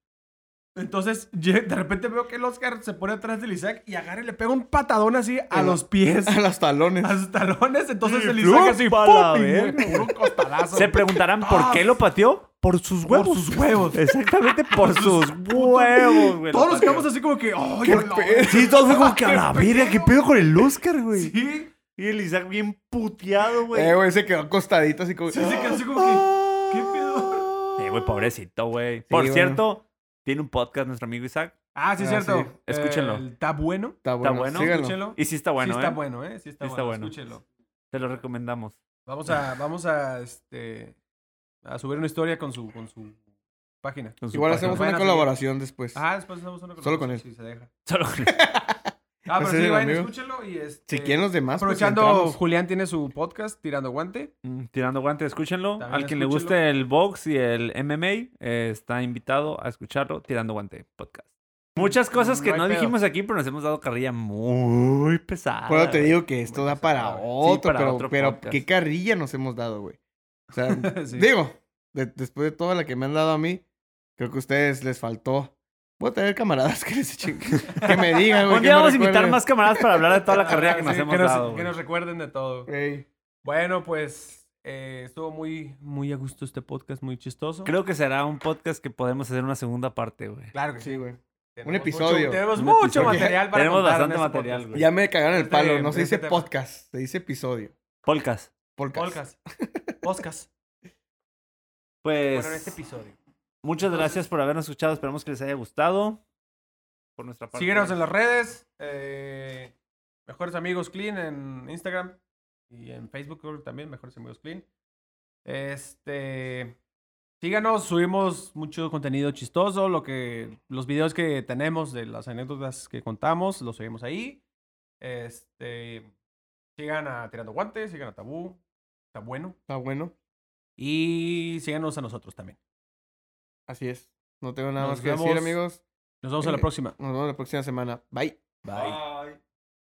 [SPEAKER 1] Entonces, ye- de repente veo que el Oscar se pone atrás del Isaac y agarra y le pega un patadón así a
[SPEAKER 2] En la-
[SPEAKER 1] los pies.
[SPEAKER 2] A los talones.
[SPEAKER 1] a sus talones, entonces
[SPEAKER 3] Y
[SPEAKER 1] el Isaac así
[SPEAKER 3] ¡flup! a la
[SPEAKER 1] ¡pum! y
[SPEAKER 3] verga,
[SPEAKER 1] güey, por un costalazo.
[SPEAKER 3] Se preguntarán por qué lo pateó. Por sus huevos.
[SPEAKER 1] sus huevos.
[SPEAKER 3] Exactamente, por sus huevos, güey. lo
[SPEAKER 1] Todos nos
[SPEAKER 3] pateó.
[SPEAKER 1] quedamos así como que, ¡oh, yo lo-
[SPEAKER 3] Sí, todos fue como que a la
[SPEAKER 1] Qué pedo.
[SPEAKER 3] verga, ¿qué pedo con el Oscar, güey?
[SPEAKER 1] Sí,
[SPEAKER 3] Y el Isaac bien puteado, güey.
[SPEAKER 2] Eh, güey, se quedó acostadito así como.
[SPEAKER 1] sí, se quedó así como que, ¿qué pedo?
[SPEAKER 3] Eh, güey, pobrecito, güey. Por
[SPEAKER 2] güey.
[SPEAKER 3] cierto, tiene un podcast nuestro amigo Isaac.
[SPEAKER 1] Ah, sí, es
[SPEAKER 2] Ah,
[SPEAKER 1] cierto.
[SPEAKER 2] sí.
[SPEAKER 1] Eh,
[SPEAKER 3] Escúchenlo.
[SPEAKER 1] el Está bueno.
[SPEAKER 2] Está bueno.
[SPEAKER 3] bueno,
[SPEAKER 2] síganlo.
[SPEAKER 1] Escúchenlo.
[SPEAKER 3] Y sí está bueno,
[SPEAKER 1] sí está
[SPEAKER 3] ¿eh?
[SPEAKER 1] bueno, ¿eh? Sí está,
[SPEAKER 3] Sí está
[SPEAKER 1] bueno,
[SPEAKER 3] bueno.
[SPEAKER 1] Escúchenlo.
[SPEAKER 3] Te lo recomendamos.
[SPEAKER 1] Vamos a, vamos a, este, a subir una historia con su, con su página.
[SPEAKER 3] Con su
[SPEAKER 2] Igual
[SPEAKER 3] página.
[SPEAKER 2] hacemos
[SPEAKER 1] Vayan
[SPEAKER 2] una
[SPEAKER 1] a
[SPEAKER 2] colaboración después.
[SPEAKER 1] Ah, después hacemos una
[SPEAKER 2] Solo con él.
[SPEAKER 1] Si se deja.
[SPEAKER 3] Solo
[SPEAKER 1] Ah,
[SPEAKER 2] Pues
[SPEAKER 1] pero
[SPEAKER 2] es
[SPEAKER 1] sí,
[SPEAKER 2] el
[SPEAKER 1] vayan,
[SPEAKER 2] amigo.
[SPEAKER 1] escúchenlo y este...
[SPEAKER 2] Si quieren los demás, pues,
[SPEAKER 1] Aprovechando,
[SPEAKER 2] entramos.
[SPEAKER 1] Julián tiene su podcast, Tirando Guante.
[SPEAKER 3] Mm, Tirando guantes, escúchenlo.
[SPEAKER 1] También
[SPEAKER 3] Al quien le
[SPEAKER 1] escúchenlo.
[SPEAKER 3] guste el box y el MMA, eh, está invitado a escucharlo. Tirando guante, podcast. Muchas cosas que
[SPEAKER 1] No
[SPEAKER 3] no,
[SPEAKER 1] hay pedo.
[SPEAKER 3] dijimos aquí, pero nos hemos dado carrilla muy pesada.
[SPEAKER 2] Por eso te
[SPEAKER 3] güey.
[SPEAKER 2] digo que esto da para
[SPEAKER 1] Sí,
[SPEAKER 2] otro,
[SPEAKER 3] ah, para
[SPEAKER 2] pero,
[SPEAKER 3] otro
[SPEAKER 2] pero
[SPEAKER 3] podcast.
[SPEAKER 2] qué carrilla nos hemos dado, güey. O sea,
[SPEAKER 1] Sí.
[SPEAKER 2] digo, de- después de toda la que me han dado a mí, creo que a ustedes les faltó. Voy a tener camaradas que les echen- que me digan, güey. que
[SPEAKER 3] Un día
[SPEAKER 2] me
[SPEAKER 3] vamos a invitar
[SPEAKER 2] recuerden.
[SPEAKER 3] más camaradas para hablar de toda la
[SPEAKER 1] Ah,
[SPEAKER 3] carrera que
[SPEAKER 1] sí,
[SPEAKER 3] nos hemos dado.
[SPEAKER 1] Que
[SPEAKER 3] güey. Eh.
[SPEAKER 1] nos recuerden de todo.
[SPEAKER 2] Ey,
[SPEAKER 1] Bueno, pues eh, estuvo muy, muy a gusto este podcast, muy chistoso.
[SPEAKER 3] Creo que será un podcast que podemos hacer una segunda parte, güey.
[SPEAKER 1] Claro que
[SPEAKER 2] sí, güey.
[SPEAKER 1] Tenemos
[SPEAKER 2] un episodio.
[SPEAKER 1] mucho- tenemos
[SPEAKER 3] Un
[SPEAKER 1] mucho
[SPEAKER 3] episodio.
[SPEAKER 1] material para
[SPEAKER 3] Tenemos
[SPEAKER 1] contar en
[SPEAKER 3] bastante
[SPEAKER 1] este
[SPEAKER 3] material,
[SPEAKER 1] podcast.
[SPEAKER 3] güey.
[SPEAKER 2] Ya me cagaron el
[SPEAKER 1] Este-
[SPEAKER 2] palo. No se
[SPEAKER 1] este
[SPEAKER 2] dice
[SPEAKER 1] tema.
[SPEAKER 2] podcast, se dice episodio.
[SPEAKER 3] Podcast.
[SPEAKER 2] Podcast.
[SPEAKER 1] Podcast. Podcast.
[SPEAKER 3] Pues.
[SPEAKER 1] Bueno, en este episodio.
[SPEAKER 3] Muchas gracias por habernos escuchado. Esperamos que les haya gustado. Por nuestra parte.
[SPEAKER 1] Síguenos en las redes. eh, mejores amigos Clean en Instagram. Y en Facebook creo que también, Mejores Amigos Clean. Este. Síganos, subimos mucho contenido chistoso. Lo que, los videos que tenemos de las anécdotas que contamos, los subimos ahí. Este. Sigan a Tirando Guantes, sigan a Tabú. Está bueno.
[SPEAKER 2] Está bueno.
[SPEAKER 1] Y síganos a nosotros también.
[SPEAKER 2] Así es. No tengo nada
[SPEAKER 1] Nos
[SPEAKER 2] más que
[SPEAKER 1] vemos.
[SPEAKER 2] decir, amigos.
[SPEAKER 1] Nos vemos a la
[SPEAKER 2] Eh,
[SPEAKER 1] próxima.
[SPEAKER 2] Nos vemos la próxima semana. Bye.
[SPEAKER 1] Bye.
[SPEAKER 3] pues, Bye.